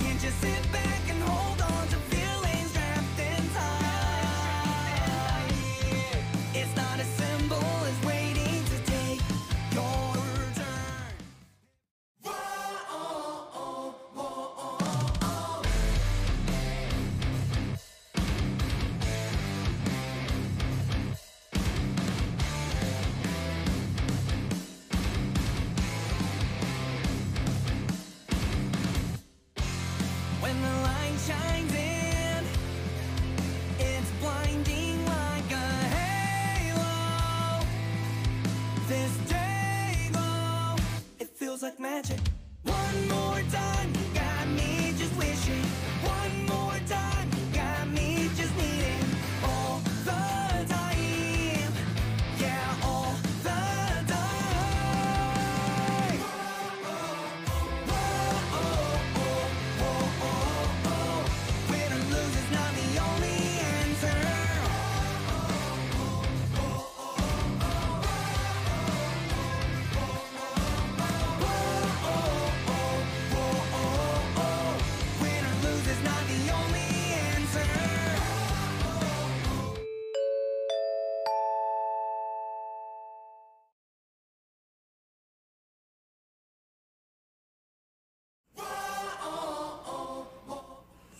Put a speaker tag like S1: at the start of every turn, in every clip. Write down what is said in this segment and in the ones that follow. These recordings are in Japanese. S1: Can't just sit back and hold on to feelings trapped in time. It's not as simple as waiting to take your turn.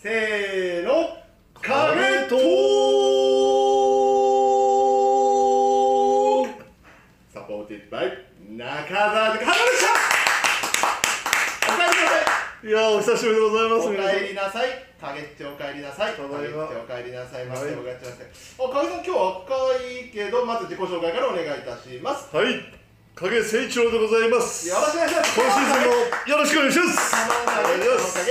S2: せーのカレートークサポーティッドバイ中澤でカレーでしたおかえりなさい
S3: いやーお久しぶりでございます
S2: お
S3: 皆さ
S2: か
S3: ん
S2: えりなさい。タゲッチおかえりなさい。タ
S3: た
S2: ゲ
S3: だいま
S2: ッチおかえりなさいませ。
S3: はい
S2: おかえりなさい。おかげさん、今日は赤いけど、まず自己紹介からお願いいたします。
S3: はい影誠一郎でございます
S2: よろしくお願いします。
S3: 今シーズン
S2: も。
S3: もよろしくお願いします
S2: 下の
S3: ありがとうご
S2: タ
S3: ざ
S2: ゲ
S3: い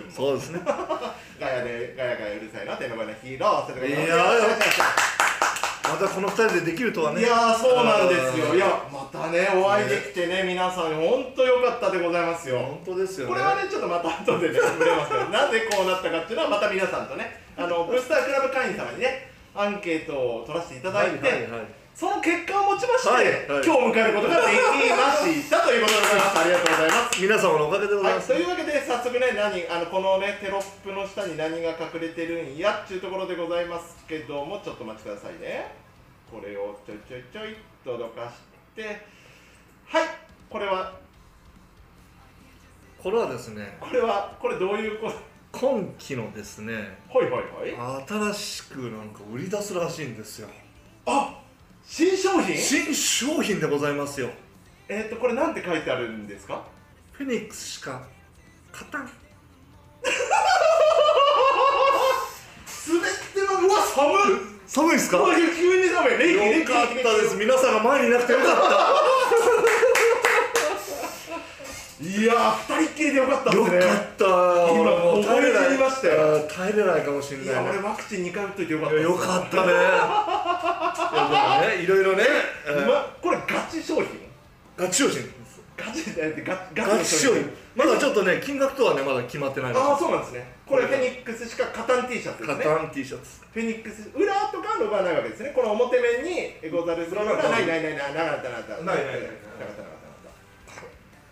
S2: ッチ、下のタゲッチ、下のタゲッチ。はい、今日も、今年も、今シーズンも。
S3: ますはいそうですね
S2: ガヤで、ガヤガヤうるさいな、天の声のヒーロー。それではい
S3: や
S2: よろ
S3: ー
S2: しくお願いします
S3: またこの二人でできるとはね
S2: いやーそうなんです
S3: あ
S2: よ。
S3: ー
S2: いや、またね、お会いできてね、皆さん、本当良かったでございますよ。
S3: 本当ですよね
S2: これはね、ちょっとまた後 でね、触れますけど、なぜこうなったかっていうのは、また皆さんとね、あの、ブースタークラブ会員様にね、アンケートを取らせていただいて、
S3: はいはいはい
S2: その結果をもちまして、
S3: はいはい
S2: 今日迎えることができましたということでございます。ありがとうございます。
S3: 皆様のおかげでござい
S2: はい、
S3: ます
S2: というわけで早速ね何あのこのねテロップの下に何が隠れてるんやっていうところでございますけどもちょっとお待ちくださいねこれをちょいちょいちょいっとどかしてはいこれは
S3: これはですね
S2: これはこれどういうこと
S3: 今期のですね
S2: はいはいはい
S3: 新しくなんか売り出すらしいんですよ
S2: あ新商品
S3: 新商品でございますよ
S2: えっ、ー、とこれなんて書いてあるんですか
S3: フェニックスしか勝たん
S2: 滑ってのうわ寒っ
S3: 寒いですか
S2: うわ急に寒い冷気冷
S3: よ
S2: 気
S3: かったです皆さんが前にいなくてよかっ
S2: いやー二人っきりでよかった
S3: た
S2: で
S3: よ
S2: すね
S3: かったよ
S2: 今
S3: 俺もう耐えれ
S2: 凍え
S3: な
S2: て
S3: い
S2: いましたよ
S3: あー耐えれないかもしれない
S2: いや俺
S3: ね
S2: ワクチン2回打っといてよかった
S3: いや
S2: です
S3: よかったねいやでもねいろいろねえー
S2: ま、これガチ商品
S3: ガチ商品
S2: ガチじゃなくてガチ
S3: ガチ商品まだちょっとね金額とはねまだ決まってない
S2: ああ
S3: の
S2: そうなんですねこれフェニックスしかカタン T シャツです
S3: カ
S2: ね
S3: タン T シャツ
S2: フェニックス裏とかのがないわけですねこの表面にゴザルスローがないないないないなかったなかった
S3: ないないない
S2: なか
S3: ない
S2: ったなかったなかった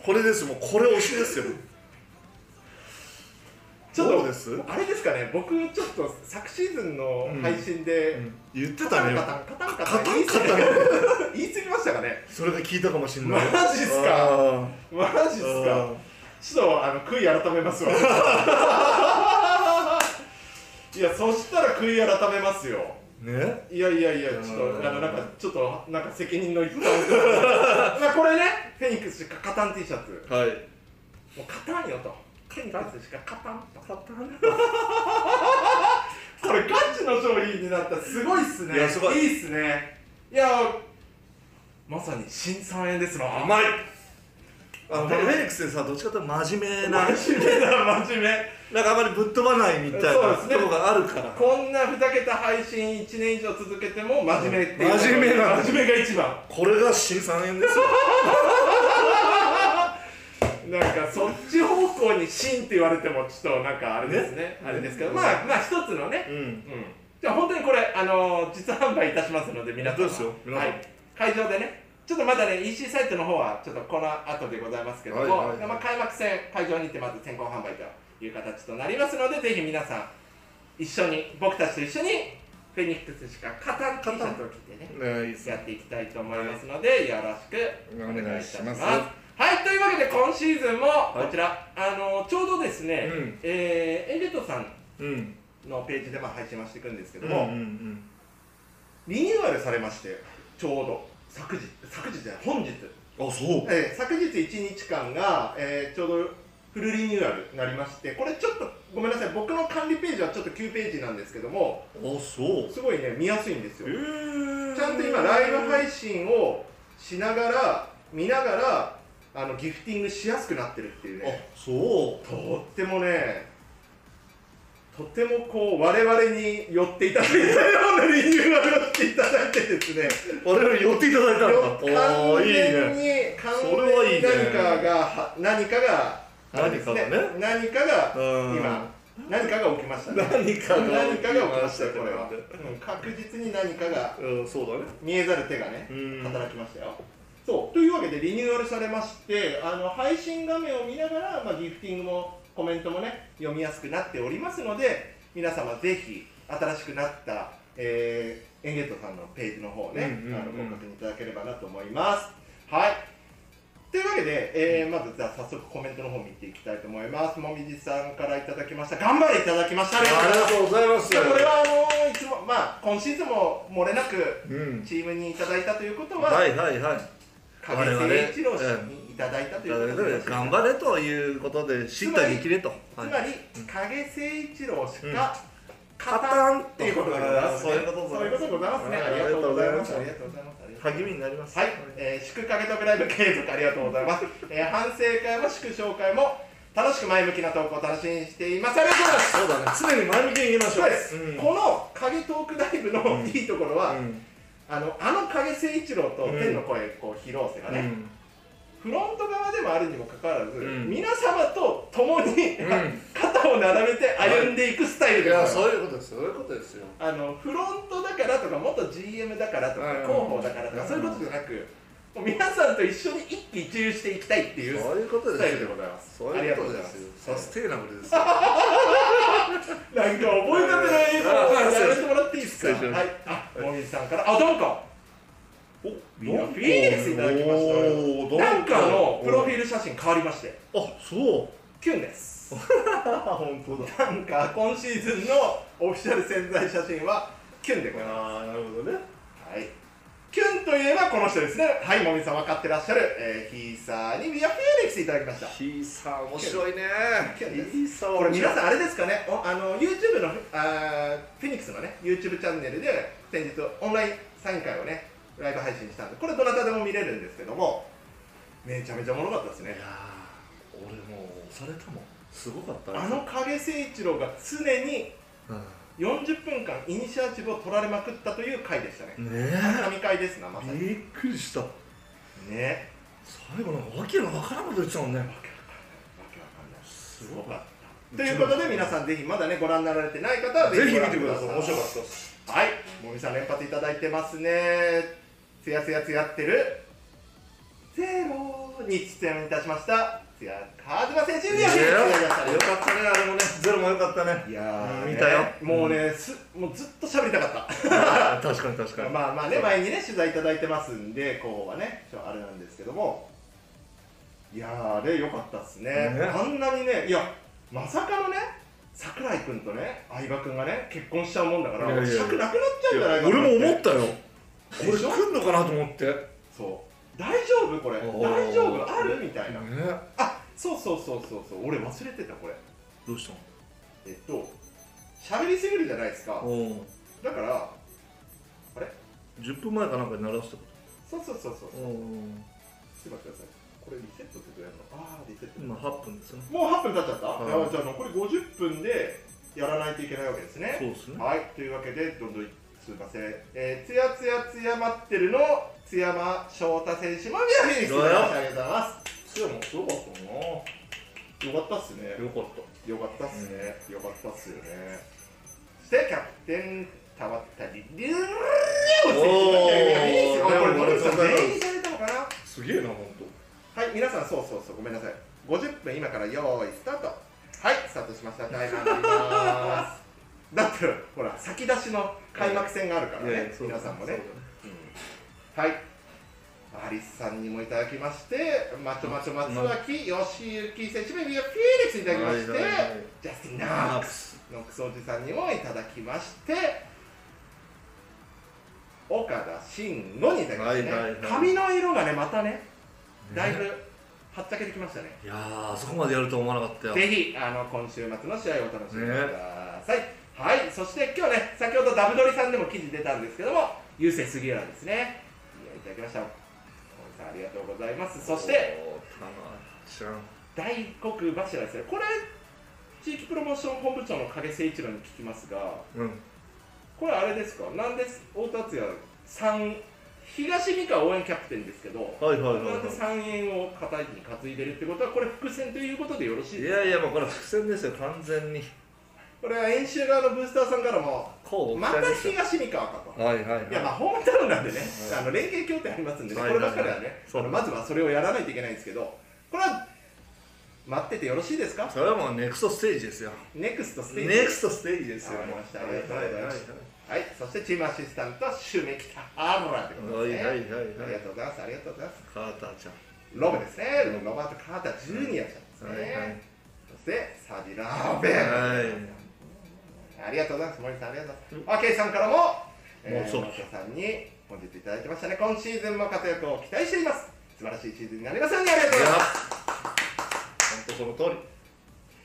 S3: これですもうこれ推しですよ
S2: ちょっと
S3: どうです
S2: あれですかね僕ちょっと昨シーズンの配信で、
S3: 言って
S2: カ
S3: た
S2: タ
S3: ね
S2: ン
S3: よ
S2: カタンカタンカ
S3: カタ
S2: タン
S3: ンカタン
S2: 言い過ぎましたかね
S3: それが聞いたかもしれ
S2: マ
S3: ない
S2: ジっすか
S3: あー
S2: マジっすかちょっとあの悔い改め ますわいやそしたら悔い改めますよ
S3: ね
S2: いやいやいや、ちょっと、あの、なんか、ちょっと、なんか責任の一端を まあこれね、フェニックスしかカタン T シャツ。
S3: はい
S2: もうカタンよと。フェニックスしかカタンと。
S3: カタン
S2: これガチの商品になったらすごいっすね。
S3: いやすごい
S2: いっすね。いや、まさに新3円ですわ。
S3: 甘いあのフェニックスでさどっちかというと真面目な
S2: 真面目だ、真面目。
S3: なんかあまりぶっ飛ばないみたいな
S2: そうですね
S3: とこがあるから
S2: こんなふざけた配信1年以上続けても真面目っていう。
S3: 真面目なの
S2: 真面目が一番。
S3: これが新3円ですよ
S2: なんかそっち方向に芯って言われてもちょっとなんかあれですねあれですけどまあまあ一つのね
S3: うん
S2: うんじゃあ本当にこれあのー実販売いたしますので皆さん
S3: そうですよ皆さん
S2: はい、会場でねちょっとまだね EC サイトの方はちょっとこの後でございますけども、
S3: はいはいはい
S2: まあ、開幕戦会場にてまず先行販売という形となりますのでぜひ皆さん一緒に僕たちと一緒にフェニックスしか勝たん T シャツを着てね
S3: ねいいっす
S2: や
S3: ね
S2: っていきたいと思いますので、よろしくお願いいたします。
S3: お願いしま
S2: はい、というわけで今シーズンも
S3: い
S2: こちら、あのちょうどですね、
S3: うん
S2: えーエンレットさん
S3: うん
S2: のページでまあ配信はしていくんですけ
S3: う
S2: ど
S3: ん
S2: も、
S3: うん
S2: リニューアルされましてちょうど昨日昨日じゃない本日、
S3: うんあそう
S2: えー昨日1日間が、えーちょうどフルリニューアルになりましてこれちょっとごめんなさい僕の管理ページはちょっと9ページなんですけども
S3: あそう
S2: すごいね見やすいんですよ。ち
S3: ち
S2: ゃんと今ライブ配信をしながら見ながらあのギフティングしやすくなってるっていう
S3: あ
S2: ね
S3: そう
S2: とってもねとてもこう我々に寄っていただいたようなリニューアルをしていただいてですね
S3: 我々寄っていただいた
S2: よ
S3: んだ あ
S2: 完
S3: あいい
S2: 全
S3: ね
S2: に完
S3: それは
S2: 全
S3: いい
S2: に
S3: ね
S2: 何かがは何かがあれです
S3: 何
S2: 何かが
S3: うん
S2: 今何かが起きましたね
S3: 何かが
S2: 何かが起きましたよこれは、うん確実に何かが
S3: うんそうだね
S2: 見えざる手がね
S3: うん
S2: 働きましたよそうというわけでリニューアルされましてあの配信画面を見ながら、まあ、ギフティングもコメントもね読みやすくなっておりますので皆様ぜひ新しくなった、えーエンゲットさんのページの方をね、
S3: うんうんうん
S2: あのご確認いただければなと思いますはいというわけで、えーまずじゃあ早速コメントの方見ていきたいと思いますもみじさんからいただきました頑張れいただきました
S3: あ
S2: ありがとうございます
S3: とう
S2: いや
S3: ございます
S2: これはあのーいつもまあ今シーズンも漏れなく
S3: うん
S2: チームにいただいたということは、
S3: はいはいはい
S2: 影
S3: 我々
S2: 誠一郎氏
S3: うん
S2: にいただいたと
S3: だ
S2: い
S3: か
S2: うことで、
S3: ら頑張れということで叱咤激励と
S2: つま
S3: はい
S2: り影誠一郎しか
S3: 勝
S2: 勝
S3: た
S2: た
S3: ん
S2: ん
S3: っ
S2: ってて
S3: い
S2: いううこ
S3: こ
S2: とと
S3: で
S2: で
S3: ご
S2: ご
S3: ざ
S2: ざ
S3: い
S2: い
S3: ま
S2: ますす
S3: ね
S2: ね
S3: そ
S2: そう
S3: うい
S2: いううこと
S3: こ
S2: と
S3: で
S2: でござい
S3: ございま
S2: ますす
S3: ね
S2: ね
S3: あ
S2: あ
S3: り
S2: りが
S3: がと
S2: とうございますすありがとうございます
S3: うございまはい
S2: えー祝かけとくライブ継続ありがとうございます、えーえー反省会も祝勝会も楽しく前向きな投稿を楽しみにしていますありがとうございます
S3: そうだね常に前向きにいきましょう
S2: そうです、
S3: うん
S2: この影トークライブのいいところは、
S3: うん
S2: あのあの影誠一郎と天の声こう披露せが
S3: う
S2: ね、
S3: ん
S2: フロント側でもあるにもかかわらず、
S3: うん
S2: 皆様と共に、
S3: うん
S2: 肩を並べて歩んでいくスタイル
S3: い
S2: でござい
S3: や
S2: ます、
S3: そういうことですそういうことですよ
S2: あのフロントだからとか元 GM だからとか
S3: はいはい
S2: 広報だからと
S3: う
S2: か
S3: ん
S2: そういうことじゃなくもう皆さんと一緒に一喜一憂していきたいっていう
S3: そういうこと
S2: ス
S3: で
S2: タイ
S3: す
S2: ルで
S3: よ
S2: ございます
S3: そういうことですよサステイナブルですよ
S2: なんか覚えたくない映像
S3: あ
S2: をやめてもらっていいですか
S3: 失礼しま
S2: はいあもみじさんからあどうか
S3: お
S2: フィーネックスいただきましたなんかのプロフィール写真変わりまして
S3: あそう
S2: キュンです
S3: あ 本当だ
S2: なんか今シーズンのオフィシャル潜在写真はキュンでございま
S3: ああなるほどね
S2: す、はい、キュンといえばこの人ですねはいもみさん分かってらっしゃる、えー、ヒーサーにミアフィアレクスいただきました
S3: ヒーサー面白いねヒ
S2: キュンです
S3: ーサー
S2: これ皆
S3: ん
S2: さんあれですかねおあの YouTube のあーフェニックスのね YouTube チャンネルで先日オンラインサイン会をねライブ配信したんでこれどなたでも見れるんですけどもめちゃめちゃおもろかったです
S3: いや
S2: ね
S3: ー俺もう押されたもんすごかったね
S2: あの影誠一郎が常に40分間イニシアチブを取られまくったという回でしたね
S3: うんね
S2: 神回ですなまさ
S3: え
S2: に
S3: びっくりした
S2: ね
S3: 最後なんかわけのわからんこと言ってたもんね
S2: わけわかんない
S3: す
S2: すごかったと
S3: うん
S2: いうことで皆さんぜひまだねご覧になられてない方は
S3: ぜひ
S2: ご
S3: 見
S2: 覧
S3: てください面白か
S2: っ
S3: ったです
S2: たはいもみさん連発いただいてますねつやつやつやってるゼロに出演いたしましたつや川島選手には
S3: よかったねあれもねゼロもよかったね
S2: いやー
S3: うん
S2: ね
S3: 見たよ
S2: もうねすもうずっと喋りたかった
S3: あー 確かに確かに
S2: まあまあね、前にね、取材いただいてますんで、こうはね、ちょあれなんですけども、いやー、あれ、良かったっすね
S3: ね
S2: あんなにね、いや、まさかのね、桜井君とね、相葉君がね、結婚しちゃうもんだか
S3: いやいや
S2: ら、
S3: いや
S2: したくなくなっちゃうんじゃないか
S3: 俺
S2: と
S3: も
S2: って
S3: 思ったよこれ
S2: でし
S3: 来
S2: ょ
S3: んのかなと思ってね
S2: そう、大丈夫、これ、
S3: おー
S2: 大丈夫、あるみたいな、あそうそうそうそうそう、俺、忘れてた、これ、
S3: どうした
S2: えっと、喋りすぎるじゃないですか
S3: の、うん
S2: だから、
S3: 10分前かなんかに鳴らしたこ
S2: そうそうそうそう、
S3: とうん
S2: すいません、これ、リセットってどうやるのあー、リセット。
S3: 今8分ですね
S2: もう8分経っちゃった、
S3: はい
S2: あじゃあ残り50分でやらないといけないわけです
S3: そう
S2: ね。
S3: ですね
S2: はい、というわけで、どんどんすいません、えー、つやつやつや待ってるの津山翔太選手も宮フィニックス
S3: どうよ
S2: ありがとうございま
S3: そうもすごかったなよ
S2: す。よかったっすね。
S3: かった
S2: よかったっすね。よかったっすよね。そして、キャプテン、たわったり、りゅーりゅー選手も宮フィニックス
S3: おー
S2: あこれ、どれ
S3: ありがとうございます
S2: 全員されたのかな皆さんそうそうそうごめんなさい50分今から用意スタートはいスタートしましたタイマーになりますだってほら先出しの開幕戦があるからね、
S3: そう
S2: 皆さんも
S3: そう
S2: ねはいアリスさんにもいただきましてマチョマチョ松脇吉行選手名ビアフィーレスいただきまして、
S3: はいはいはい
S2: ジャスティン・
S3: だ
S2: ナ
S3: ナ
S2: ー
S3: ー
S2: ク
S3: ク
S2: ス
S3: ス
S2: ノックスおじさんにもいただきまして岡田慎吾にいただきましてね、
S3: はいはいはい
S2: 髪の色がねまたねだいぶはっちゃけてきましたね
S3: いやーあそこまでやると思わなかったよ
S2: ぜひあの今週末の試合をお楽しみください、はいそして今日ね先ほどダブドリさんでも記事出たんですけども優勢杉浦ですねいやいただきました小森さんありがとうございますそして
S3: おーたまちゃん
S2: 大黒柱ですねこれ地域プロモーション本部長の影誠一郎に聞きますが
S3: うん
S2: これあれですかなんで太田敦也さん東三河応援キャプテンですけど、
S3: はいはいはい
S2: なんで
S3: は
S2: 3円を肩に担いでるってことは、これ、伏線ということでよろしい
S3: いい
S2: ですか
S3: やいやもうこれ伏線ですよ完全に
S2: これは演習側のブースターさんからも、
S3: こう
S2: また
S3: ですよ
S2: 東三河かと。
S3: はいはいはい
S2: いやまあホームタウンなんでね、
S3: はい
S2: あの連携協定ありますんでね、こ
S3: はい
S2: ればっかりはね、あ
S3: はい
S2: のまずはそれをやらないといけないんですけど、これは待っててよろしいですか、
S3: それはもうネクストステージですよ
S2: ネクストステージ、
S3: ネクストステージですよ
S2: わかりましたありがとう
S3: はい
S2: ござま
S3: はいいはい
S2: すはい、そしてチームアシスタント、シュメキタ・アーラということですね、
S3: はいはいはいは
S2: あ
S3: い
S2: りがとうございます、ありがとうございます。
S3: カーターちゃん
S2: ロブですね、ロバート・カーター・ジュニアちゃんですね、
S3: はいはい
S2: そしてサビ・ラーベン、ありがとうございます、森さん、ありがとうございます、アケイさんからも、えー、
S3: そう
S2: 松田さんに本日いただきましたね、今シーズンも活躍を期待しています、素晴らしいシーズンになりますように、ありがとうございます、
S3: 本当その通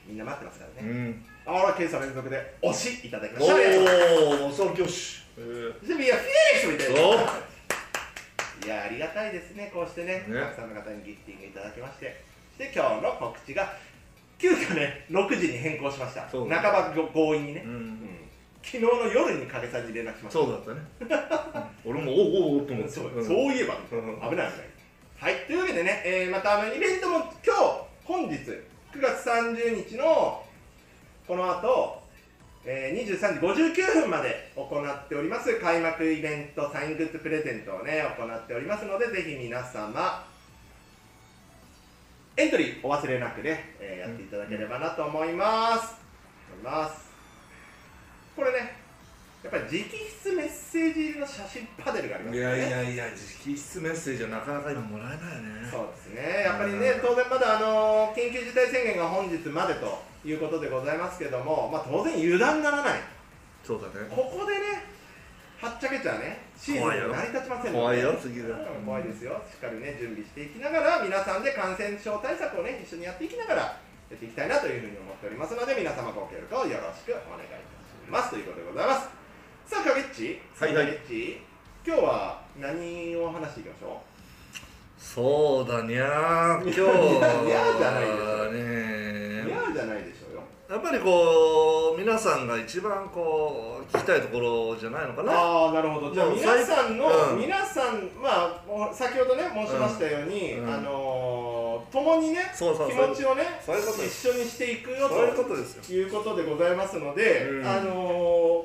S2: みんな待ってますから
S3: り
S2: ね、
S3: ん
S2: あら、ケイさん連続で推しいただきま
S3: お
S2: した、ありがとうございます
S3: おその挙手え
S2: そして、いや、フィエリックスみたいな。いやありがたいですね、こうしてね、
S3: ね
S2: たくさんの方にギフティングいただきまして、そして今日の告知が、急遽ね、6時に変更しました、
S3: そうだね
S2: 半ばご強引にね、
S3: うん
S2: 昨日の夜に影さんに連絡しました、
S3: そうだったねうん 俺もおうおうおうと思って
S2: そう
S3: うん
S2: そういえば、
S3: うん
S2: 危ない危ない。はい、というわけでね、えーまたあのイベントも今日、本日、9月30日のこの後、えー23時59分まで行っております開幕イベントサイングッズプレゼントをね行っておりますのでぜひ皆様エントリーお忘れなくね、えーやっていただければなと思います、思いますこれねやっぱり直筆メッセージ入りの写真パネルがありま
S3: い
S2: すね
S3: やいやいや直筆メッセージはなかなか今もらえないよね
S2: そうですね、やっぱりね、当然まだあの緊急事態宣言が本日までということでございますけども、まあ、当然油断ならない、
S3: そうだね
S2: ここでね、はっちゃけちゃね、シーズン
S3: 怖いよ
S2: が成り立ちませんの
S3: 怖
S2: で
S3: いよ次だ
S2: うん怖いですよ、しっかりね、準備していきながら、皆さんで感染症対策をね、一緒にやっていきながら、やっていきたいなというふうに思っておりますので、皆様ご協力をよろしくお願いいたしますということでございます。さあ、かげっち、
S3: はいはい
S2: かげっち、今日は何を話していきましょう
S3: そうだにゃー今日
S2: にゃーじゃないです
S3: は
S2: ニ
S3: ね
S2: ャーじゃないでしょうよ。
S3: やっぱりこう皆さんが一番こう聞きたいところじゃないのかな
S2: ああなるほどじゃあ
S3: もう
S2: 皆さんの、
S3: うん
S2: 皆さんまあもう先ほどね申しましたように、
S3: うんうん
S2: あのー、共にね
S3: そうそうそう
S2: 気持ちをね
S3: そういうことで
S2: 一緒にしていくよと
S3: そういうことですよ
S2: いうことでございますので、
S3: うん
S2: あのー、明る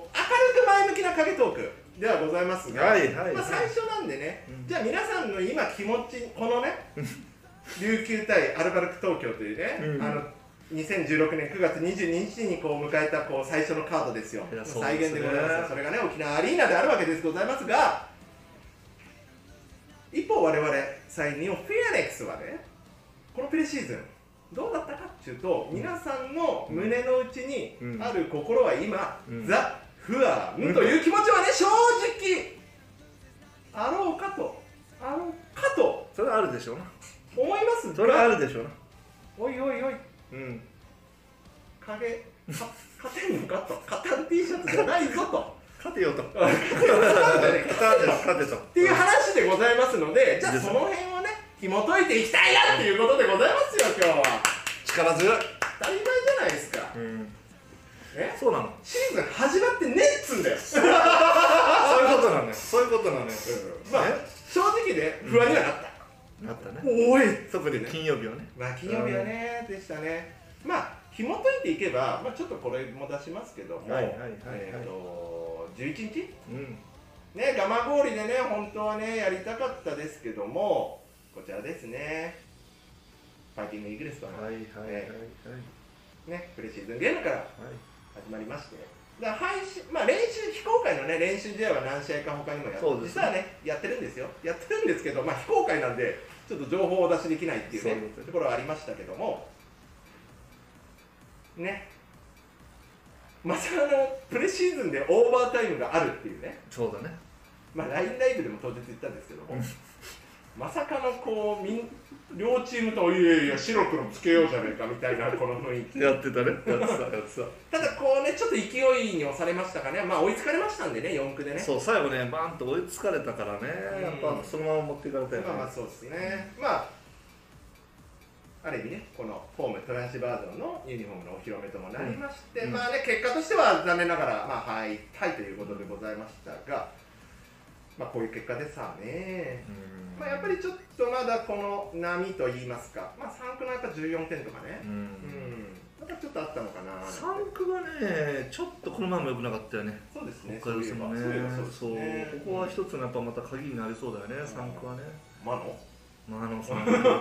S2: く前向きな影トークではございますが、
S3: はいはい
S2: まあ、最初なんでね、
S3: うん
S2: じゃあ皆さんの今気持ちこの ね琉球対アルバルク東京というね、
S3: うん
S2: あの2016年9月22日にこう迎えたこう最初のカードですよ
S3: いやそう
S2: 再
S3: ですね
S2: 現でございますよそれがね沖縄アリーナであるわけですございますが一方我々サインをフェアレックスはねこのプレシーズンどうだったかっていうと皆さんの胸の内に
S3: うん
S2: ある心は今、
S3: うん
S2: ザ・フアンという気持ちはね正直あろうかとあろうかと
S3: それはあるでしょうな
S2: 思います
S3: それはあ
S2: が
S3: るでしょうな
S2: おいおいおい
S3: うん
S2: 影か勝てんのかと勝たん T シャツじゃないぞと
S3: 勝てよと
S2: 勝てよ勝てよ
S3: 勝てと勝てとっ
S2: っていう話でございますのでじゃあ
S3: です
S2: その辺をね紐解いていきたいなっていうことでございますよ今日は
S3: 力強い
S2: 当たり前じゃないですか
S3: うん
S2: え
S3: そうなの
S2: シーズン始まってねっつうんだよ
S3: そういうことなのよそういうことなのよ
S2: まあ
S3: ね
S2: 正直ね不安にはなった、
S3: なったね
S2: おい
S3: 特に金曜日はね
S2: まあ金曜日はねでしたねまあ紐解いていけば、まあ、ちょっとこれも出しますけども、
S3: はいはいはいはい
S2: えっ、と11日
S3: うん
S2: ね蒲郡でね本当はねやりたかったですけどもこちらですねファイティングイーグルスとの、
S3: はいはいはいはい
S2: ね、プレシーズンゲームから
S3: はい
S2: 始まりまして、だから配信まあ、練習非公開の、ね、練習試合は何試合か他にもやっ
S3: そうです
S2: 実はね、やってるんですよ、やってるんですけど、まあ、非公開なんで、ちょっと情報をお出しできないっていう,、ね
S3: そうです、ね
S2: ところはありましたけども、ね、まさかのプレシーズンでオーバータイムがあるっていうね、
S3: そうだね
S2: まあ、LINE ライブでも当日言ったんですけども、まさかのこうみん両チームと、いやいや、白黒つけようじゃないかみたいな、この雰囲気。
S3: やってたねやってたやって
S2: ただこうね、ちょっと勢いに押されましたかね、まあ追いつかれましたんでね、4区で
S3: た
S2: ね。
S3: そう最後ねバーンと追いつかれたからね
S2: うん
S3: やっぱそのまま持っていかれたよね
S2: まあまあそうですね。まあ、ある意味ね、このホームトランシバージョンのユニフォームのお披露目ともなりまして、
S3: うん
S2: まあね、結果としては残念ながら、まあ敗退ということでございましたが、まあこういう結果でさあね。
S3: うん
S2: まあやっぱりちょっとまだこの波といいますか、まあ3区のやっぱ14点とかね
S3: う、
S2: うんん、なんかちょっとあったのかな。
S3: 3区がねちょっとこの前も良くなかったよね
S2: そうですね、
S3: 北海道戦もね
S2: そういえばそうです
S3: そう
S2: ね
S3: ここは一つのやっぱまた鍵になりそうだよね3区 はね
S2: 魔の
S3: まああの3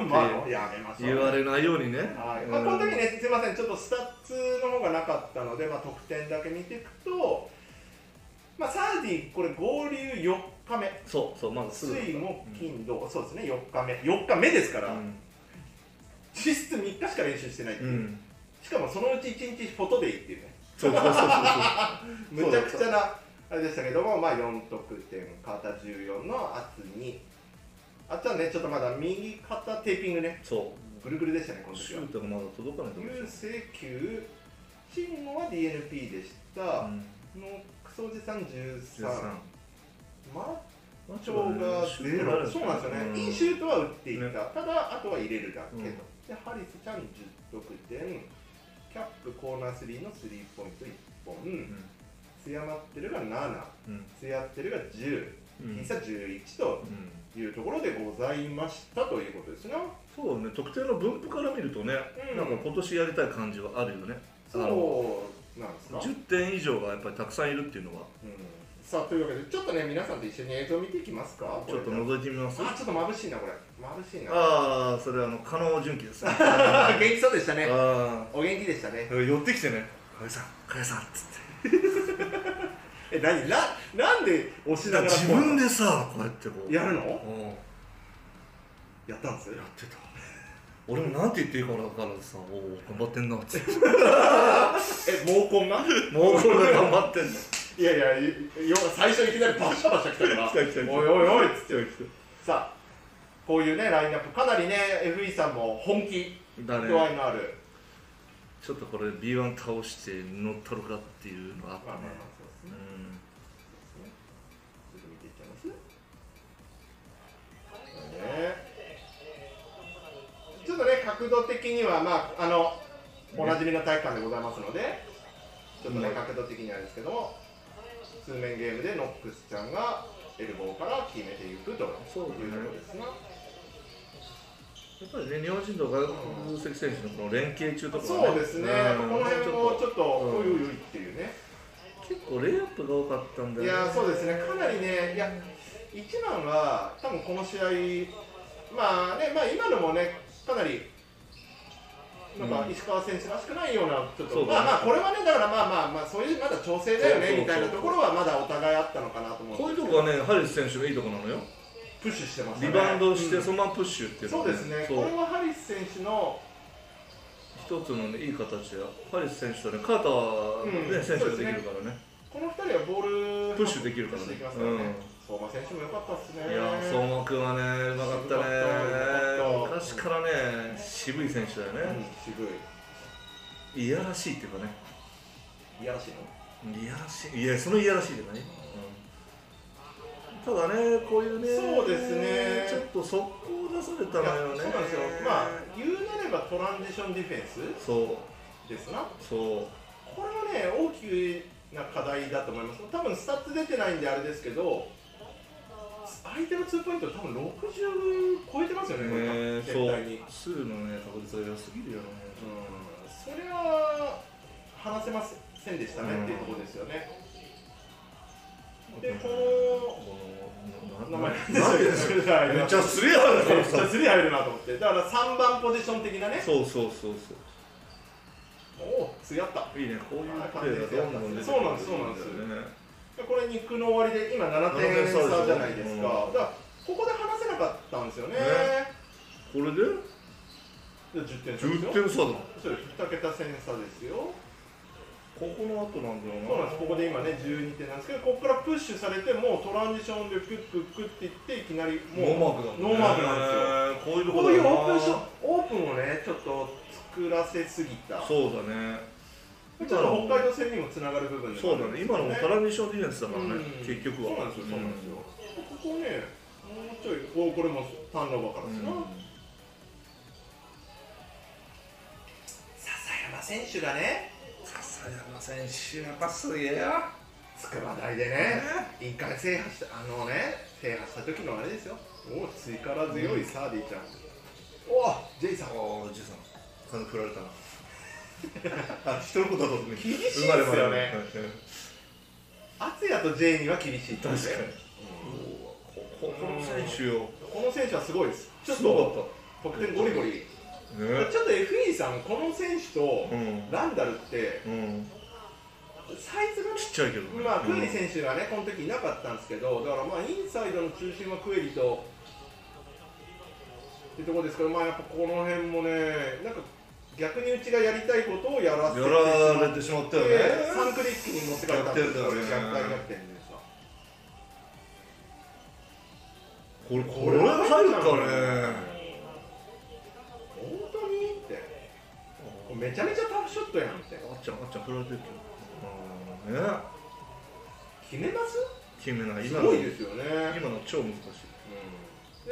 S2: ま
S3: 区っ
S2: あ、
S3: て
S2: やめましょう。
S3: 言われないようにね
S2: はい。
S3: うん
S2: まあ、この時ね、すみません、ちょっとスタッツの方がなかったので、まあ、得点だけ見ていくと、まあ、サーディ、これ、合流4日目、
S3: そうそうまずすぐだった
S2: 水、木、金、土、そうですね、4日目、4日目ですか
S3: う
S2: ら、
S3: ん
S2: 実質3日しか練習してないって
S3: う
S2: いう、
S3: ん
S2: しかもそのうち1日フォトデイっていうね、
S3: そうそうそうそう
S2: むちゃくちゃな、あれでしたけども、まあ、4得点、肩14の圧2。あっちはね、ちょっとまだ右肩テーピングね、
S3: そ
S2: ぐるぐるでしたね、こ
S3: う
S2: の時
S3: シ
S2: は
S3: ュー。トがまだ届かないと思う
S2: 優勢級、慎吾は DNP でした、のクソおじさん13、マッチョがゼロ、そうなんですよね、いいシュートは打っていた、
S3: ね
S2: ただ、あとは入れるだけと、
S3: うん
S2: でハリスちゃん10得点、キャップコーナー3のスリーポイント1本、艶まってるが7、艶ってるが10、僅差11というところでございましたということですね。
S3: そうね、特定の分布から見るとね、
S2: うん
S3: なんか今年やりたい感じはあるよね。あの
S2: そうなんですか
S3: 10点以上がやっぱりたくさんいるっていうのは、
S2: うんさあというわけでちょっとね皆さんと一緒に映像を見ていきますか
S3: ちょっ
S2: こ
S3: と
S2: れね
S3: 覗いてみます。
S2: あちょっと眩しいなこれ眩しいな
S3: ああ、それはあの加納純喜ですね。
S2: あ元気そうでしたね
S3: あ
S2: お元気でしたね
S3: あ、寄ってきてね、加谷さん、加谷さんっつって。
S2: え何ななんで押しながらこう
S3: 自分でさ、こうやってこう。
S2: やる
S3: う
S2: の
S3: んやっ
S2: やったんです
S3: てた。俺もなんて言っていいかな分からずさ、おお、頑張ってんなっつって。
S2: え毛根が
S3: もうこれ頑張ってんの。
S2: いやいやいよ最初いきなりバシャバシャ来たから
S3: 来た来た来た
S2: おいおいおいっつって
S3: 強い人。
S2: さあこういうねラインナップかなりね FE さんも本気
S3: だね
S2: 度合いのある
S3: ちょっとこれ B1 倒して乗ったろかっていうのがあった
S2: まあまあ
S3: ね
S2: まあ。そうですね
S3: うん
S2: ちょっと見ていっちゃいますねねちょっとね角度的にはまああのおなじみの体育館でございますのでちょっとね
S3: うん
S2: 角度的にはですけども数面ゲームでノックスちゃんがエルボーから決めていくというと
S3: そう
S2: こ
S3: だね
S2: ろですね
S3: やっぱりね、日本人と外国籍選手のこの連携中とかは
S2: そうですね、この辺もちょっと、おいおいおいっていうね、
S3: 結構レイアップが多かったんだよ
S2: い
S3: ね
S2: やーそうですね、かなりね、いや、一番は、多分この試合、まあね、まあ、今のもね、かなり、なんか
S3: うん
S2: 石川選手らしくないような、ちょっと、
S3: そうだね
S2: まあまあ、これはね、だからまあまあ、まあ、そういうまだ調整だよ
S3: そ
S2: ね
S3: うそうそう
S2: みたいなところは、まだお互いあったのかなと思
S3: こ
S2: う
S3: う
S2: んで
S3: いうと
S2: すけど
S3: こはね、ハリス選手のいいとこなのよ
S2: プッシュしてましたね。
S3: リバウンドし
S2: う
S3: て
S2: ん
S3: そのままプッシュっていうの
S2: そう
S3: がね
S2: ですね、こ
S3: そ
S2: れはハリス選手の、
S3: う一つのね、いい形でハリス選手とね、カーター、
S2: う
S3: ね
S2: ん
S3: 選手ができるからね
S2: この2人はボール、
S3: プッシュできるから
S2: プ
S3: ね
S2: ッシュできますからね
S3: うん
S2: 相馬選手も良かったですね。
S3: いやー、相馬君はね、う
S2: うまか
S3: まかったね
S2: った
S3: 昔からね、渋い選手だよ
S2: うん
S3: ね、
S2: 渋
S3: いやらしいっていうかね
S2: い。いやらしいの
S3: いやらしい、いや、そのいやらしいじゃない、ただね、こういうね、
S2: そうですね
S3: ちょっと速攻を出された
S2: いや
S3: のよね、
S2: そうなんですよ、まあ、言うなればトランジションディフェンス
S3: そう、
S2: ですな、
S3: そう、
S2: これはね、大きな課題だと思います、多分スタッツ出てないんであれですけど、相手のツーポイント、多分60超えてますよね、これ
S3: ね、
S2: 絶
S3: そう
S2: 対に。うん、、
S3: 数のね、確率が良すぎるよね、
S2: それは話せませんでしたねっていうところですよね。で、こ
S3: この、
S2: の、前なんでしょうけどじゃあ
S3: めっちゃすりやがるか
S2: め
S3: ら
S2: っち
S3: さ
S2: ゃスリー入るなと思ってだから3番ポジション的なね
S3: そうそうそうそ
S2: おお次あった
S3: ういいねこういうプレーがどんどん出てくる
S2: そうなんですそうなんですこれ肉の終わりで今7
S3: 七
S2: 点
S3: 点差
S2: 差じゃないですか、
S3: うん
S2: だからここで話せなかったんですよね
S3: ねこれで
S2: で10点差です
S3: 10
S2: よ
S3: 点差だ
S2: そうです2桁点差ですよ
S3: ここの後なんだよな
S2: そうなんですここで今ね12点なんですけどここからプッシュされてもうトランジションでクックックっていっていきなりもう
S3: ノーマークだもん
S2: ノー
S3: ね
S2: マークなんですよ
S3: ですよこういうとこ
S2: こう
S3: だ
S2: い
S3: よ
S2: う
S3: な
S2: オープンショットオープンをねちょっと作らせすぎたちょ
S3: そうだね
S2: っと北海道戦にもつながる部分でもあ
S3: そう
S2: る
S3: だ
S2: んで
S3: ね
S2: す
S3: 今のもト
S2: ね
S3: ランジションディフェンスだからね
S2: うん
S3: 結局は
S2: そうなんですよそうなんですよ
S3: う
S2: ここねもうちょい
S3: ん
S2: おこれもターンオーバーからですな、笹山選手がね
S3: 笹山選手やっぱすげえや
S2: 筑波大でね一回制覇したあのね制覇した時のあれですよお力強いサーディちゃん、おおジェイさん
S3: おじいさん風振られたな あ一人言だと思う厳しい
S2: っすよね敦也とジェイには厳しい
S3: 確かに
S2: うん
S3: ここの選手よ
S2: この選手はすごいですちょっ
S3: すご
S2: と
S3: かっ
S2: 得点ゴリゴリ
S3: たね
S2: ちょっと FE さんこの選手と
S3: うん
S2: ランダルって
S3: うん
S2: サイズがね
S3: ちっちゃいけどね
S2: まあ、クエリ
S3: うん
S2: 選手がね、この時いなかったんですけど、だからまあ、インサイドの中心はクエリと、ってとこですけど、まあ、やっぱこの辺もね、なんか逆にうちがやりたいことをやらせてし
S3: や
S2: ま
S3: ら
S2: っ
S3: れ
S2: て、
S3: てしまったよね
S2: 3クリックに持ってかれたんですよ、逆転
S3: 逆転だよね
S2: 逆転でした。
S3: これこれ入るかね
S2: 本当にって、めちゃめちゃタフショットやんって、
S3: あっちゃんあっちゃん振られてるけどうんね
S2: 決めます
S3: 決めない
S2: す
S3: 今の
S2: ごいですよね。
S3: 今の超難しい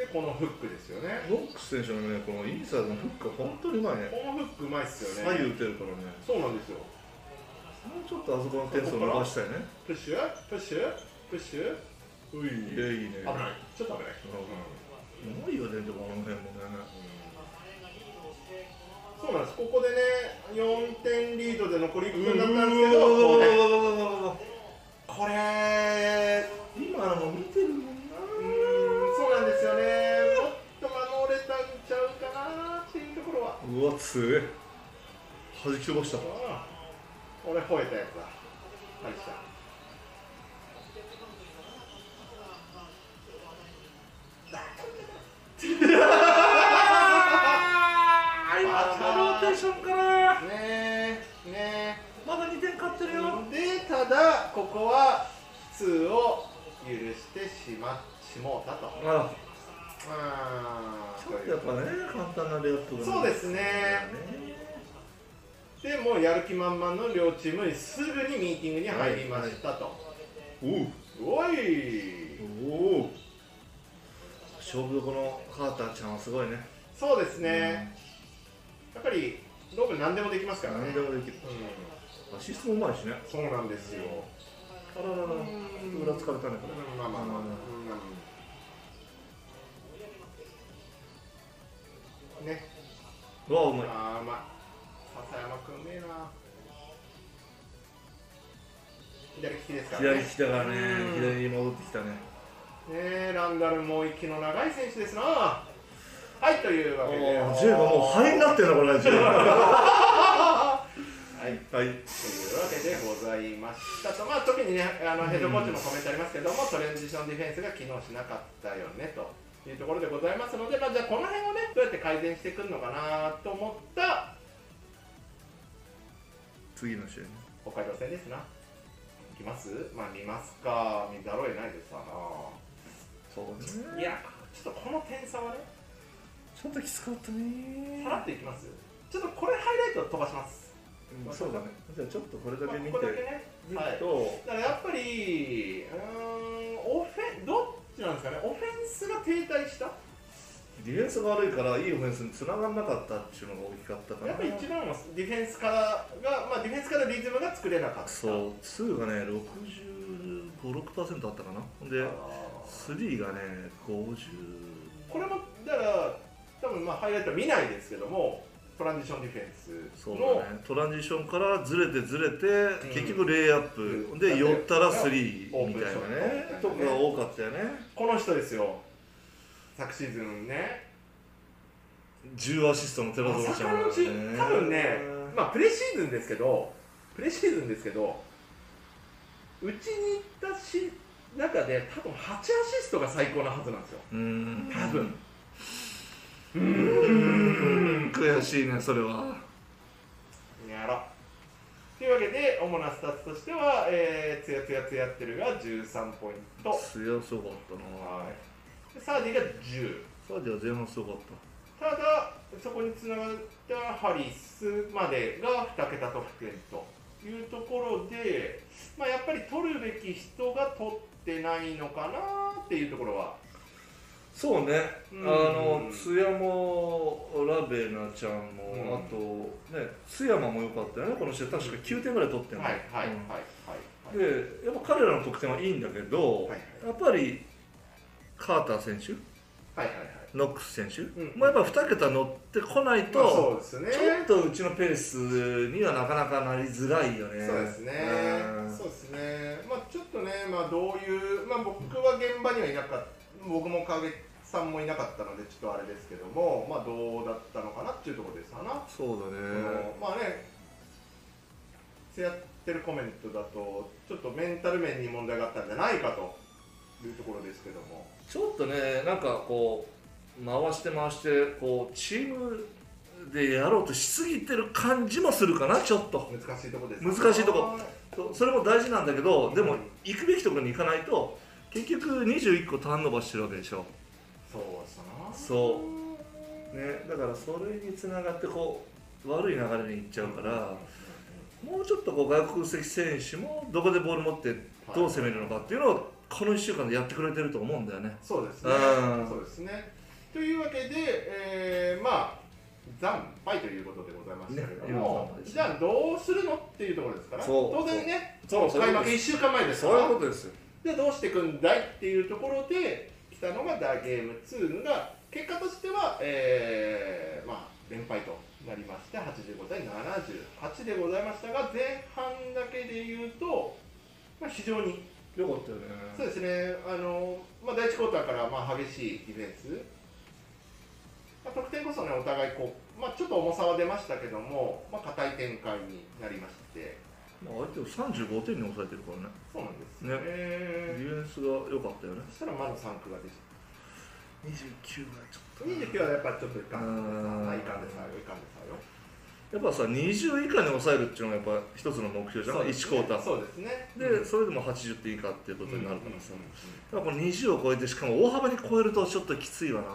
S2: うんで、このフックですよね。
S3: ノックス選手のねこのインサイドのフックが本当にうまいね
S2: このフックうまいっすよね。
S3: 左右打てるからね
S2: そうなんですよ。
S3: もうちょっとあそこの点数を伸ばしたいね
S2: プッシュプッシュプッシュうい
S3: いやいいね
S2: 危ないちょっと危ない、
S3: うまいよねでもあの辺もね
S2: そうなんですここでね4点リードで残り1分だったんですけどこうね
S3: う
S2: これ
S3: 今の見てるもん
S2: う
S3: な
S2: ーんそうなんですよねもっと守れたんちゃうかなっていうところは
S3: うわ強え弾き飛ばした
S2: うん俺吠えたやつだあれした
S3: あ
S2: 今のローテーシ
S3: ョンから
S2: ねえねえ
S3: まだ2点勝ってる
S2: でただここは2を許してしましもうたとう
S3: あ
S2: ーん
S3: ちょっとやっぱね簡単なレイアップがね
S2: そうですねでもうやる気満々の両チームにすぐにミーティングに入りましたと、
S3: おう
S2: おい
S3: おう勝負どこのカーターちゃんはすごいね
S2: そうですね、やっぱりロブ何でもできますからね
S3: 何でもできる
S2: うん、
S3: アシストもうまいしね
S2: そうなんですよ、
S3: あららら裏つかれたねこれ
S2: うんまあまあまあ、うんね
S3: うわうまい
S2: あーまあ笹山くんねえな左利きですから
S3: 左
S2: ね
S3: 利きだからね
S2: うん
S3: 左に戻ってきたね
S2: ねえランダルも息の長い選手ですなはいというわけで
S3: ああ10がもうハイになってるなこれ
S2: は
S3: 10
S2: いという
S3: はい
S2: わけでございましたとまあ特にねあのヘッドコーチもコメントありますけども、トレンジションディフェンスが機能しなかったよねというところでございますのでまあじゃあこの辺をねどうやって改善してくるのかなと思った
S3: 次の試合ね
S2: 北海道戦ですな。行きますまあ見ますか。見ざるを得ないですわな。
S3: そう
S2: いや、ちょっとこの点差はね、
S3: ちょっときつかったね
S2: さらっといきますちょっとこれハイライト飛ばします。
S3: うんそうだねじゃあちょっとこれだ
S2: まあ
S3: け見て
S2: ここだけね。
S3: 見る
S2: はい。
S3: と、
S2: だからやっぱり、うーん、オフェン、どっちなんですかね。オフェンスが停滞した
S3: ディフェンスが悪いからいいオフェンスに繋がんなかったっていうのが大きかったかな
S2: やっぱり一番はディフェンスからが、まあディフェンスからリズムが作れなかった。
S3: そう2がね656%あったかなほん
S2: あ
S3: で
S2: ー
S3: 3がね50
S2: これもだから多分まあハイライトは見ないですけどもトランジションディフェンス
S3: そう
S2: の
S3: だねトランジションからずれてずれて、
S2: うん
S3: 結局レイアップ、
S2: うん
S3: で寄ったらスリ
S2: オ
S3: ー
S2: ー
S3: み
S2: プ
S3: た
S2: ン
S3: い
S2: シ
S3: な
S2: ョ
S3: ね
S2: ット
S3: とかが多かったよね
S2: この人ですよ昨シーズンね
S3: 10アシストの寺園
S2: 朝
S3: ち
S2: か
S3: ゃん
S2: ら
S3: も
S2: のうち多分ねまあプレシーズンですけどプレシーズンですけどうちに行ったし中で多分8アシストが最高なはずなんですよ
S3: うん
S2: 多分
S3: うん悔しいねそれは
S2: やろというわけで主なスタッツとしては、えー、つやつやつやってるが13ポイント
S3: 強そうかったな
S2: はいでサーディが10
S3: サーディは前半すごかった
S2: だそこにつながったハリスまでが2桁得点というところで、まあ、やっぱり取るべき人が取ってないのかなっていうところは
S3: たそうね
S2: うん
S3: 津山ラベナちゃんも、
S2: うん
S3: あとね津山も良かったよねこの試合確か9点ぐらい取って
S2: はい
S3: んの、
S2: はいはい
S3: うん
S2: はいはい
S3: でやっぱ彼らの得点はいいんだけど、
S2: はい
S3: やっぱりカーター選手
S2: はいはいはい
S3: ノックス選手、
S2: ん
S3: もうやっぱ2桁乗ってこないと、
S2: まあそうですね
S3: ちょっとうちのペースにはなかなかなりづらいよね。
S2: そうですね
S3: うん。
S2: そうですね。まあちょっとね、まあどういう、まあ僕は現場にはいなかった、僕も影さんもいなかったのでちょっとあれですけども、まあどうだったのかなっていうところですかな。
S3: そうだ
S2: あ
S3: ね
S2: の。まあね、やってるコメントだとちょっとメンタル面に問題があったんじゃないかというところですけども。
S3: ちょっとね、なんかこう、回して回して、こう、チームでやろうとしすぎてる感じもするかな、ちょっと。
S2: 難しいとこです。
S3: 難しいとこ
S2: はい。
S3: とそれも大事なんだけど、で
S2: う
S3: も
S2: ん、
S3: 行くべきところに行かないと、結局21個ターン伸ばしてるわけでしょ。
S2: そうしたな。
S3: そね、だからそれにつながって、こう、悪い流れに行っちゃうから、もうちょっとこう外国籍選手もどこでボール持ってどう攻めるのかっていうのをこの1週間でやってくれてると思うんだよね。
S2: そうですね
S3: う。ん
S2: そうですね。というわけで、えーまあ惨敗ということでございましたけども、
S3: ね
S2: じゃあどうするのっていうところですから、
S3: そう
S2: 当然ね、
S3: そうそう
S2: 開幕1週間前ですから、
S3: とですよ。
S2: じゃあどうしていくんだいっていうところで来たのがダーゲーム2が結果としては、えーまあ連敗となりまして85対78でございましたが前半だけで言うと、まあ、非常に
S3: よかったよ
S2: そう
S3: ね。
S2: ですね、あのまあ、第1クォーターからまあ激しいディフェンス、まあ、得点こそ、ね、お互いこう、まあ、ちょっと重さは出ましたけども、まあ、硬い展開になりまして、
S3: まあ、相手を35点に抑えてるからね。
S2: そうなんですよね。
S3: ディフェンスが良かったよね。
S2: そしたらまだ3区が出て
S3: 29がちょ
S2: 29はやっぱちょっといかんで
S3: うん
S2: さあいかんでさあよいかんでさあよ
S3: やっぱさ、20以下に抑えるっていうのがやっぱ一つの目標じゃん、
S2: そうです
S3: 1クォーター。
S2: そうですね
S3: で、それでも80点以下っていうことになるからさ。
S2: うんうん
S3: やっぱこの20を超えて、しかも大幅に超えるとちょっときついわな。
S2: うん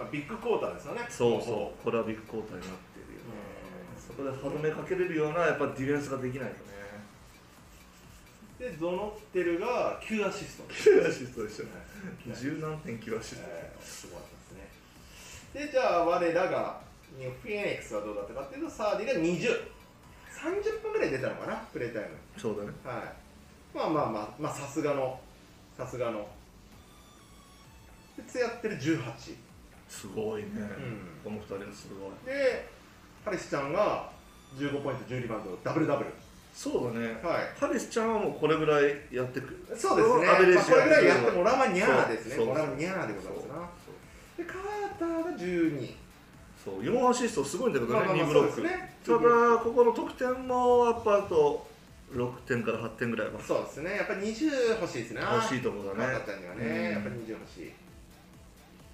S2: まあ、ビッグクォーターですよね
S3: そう
S2: ほ
S3: そう、これはビッグ交代になってるよ
S2: ぼ
S3: ね。
S2: うん
S3: そこで歯止めかけれるようなやっぱディフェンスができないとね。
S2: でゾノッテルが9アシスト
S3: 9アシストでしょ。
S2: ね
S3: 十何点9アシスト。
S2: えーすごかったですね。で、じゃあ、我らが、ニューフィニックスはどうだったかっていうと、サーディが20、30分ぐらい出たのかな、プレータイム。
S3: そうだね。
S2: はい。まあまあまあ、まあ、さすがの、さすがの。で、つやってる18。
S3: すごいね。
S2: ん
S3: この二人はすごい。
S2: で、彼氏ちゃんが15ポイント、10リバウンド、ダブルダブル。
S3: そうだね。
S2: はい。
S3: ハリスちゃんはもうこれぐらいやってく。
S2: そうですね。
S3: アベレージ
S2: まあこれぐらいやってもらわにゃー
S3: そう
S2: ですね。
S3: そう
S2: もらわにゃーでございますな。で、カーターが12。
S3: そう、四アシストすごいんだけどね、二ブ
S2: そう
S3: ロ
S2: で
S3: ッ
S2: す
S3: ク。
S2: ね。
S3: ただここの得点もやっぱあと六点から八点ぐらいは
S2: そうですね、やっぱり20欲しいですね。
S3: 欲しいとこだね
S2: 若。田には
S3: う
S2: ね、
S3: ん
S2: やっぱり20欲しい。っ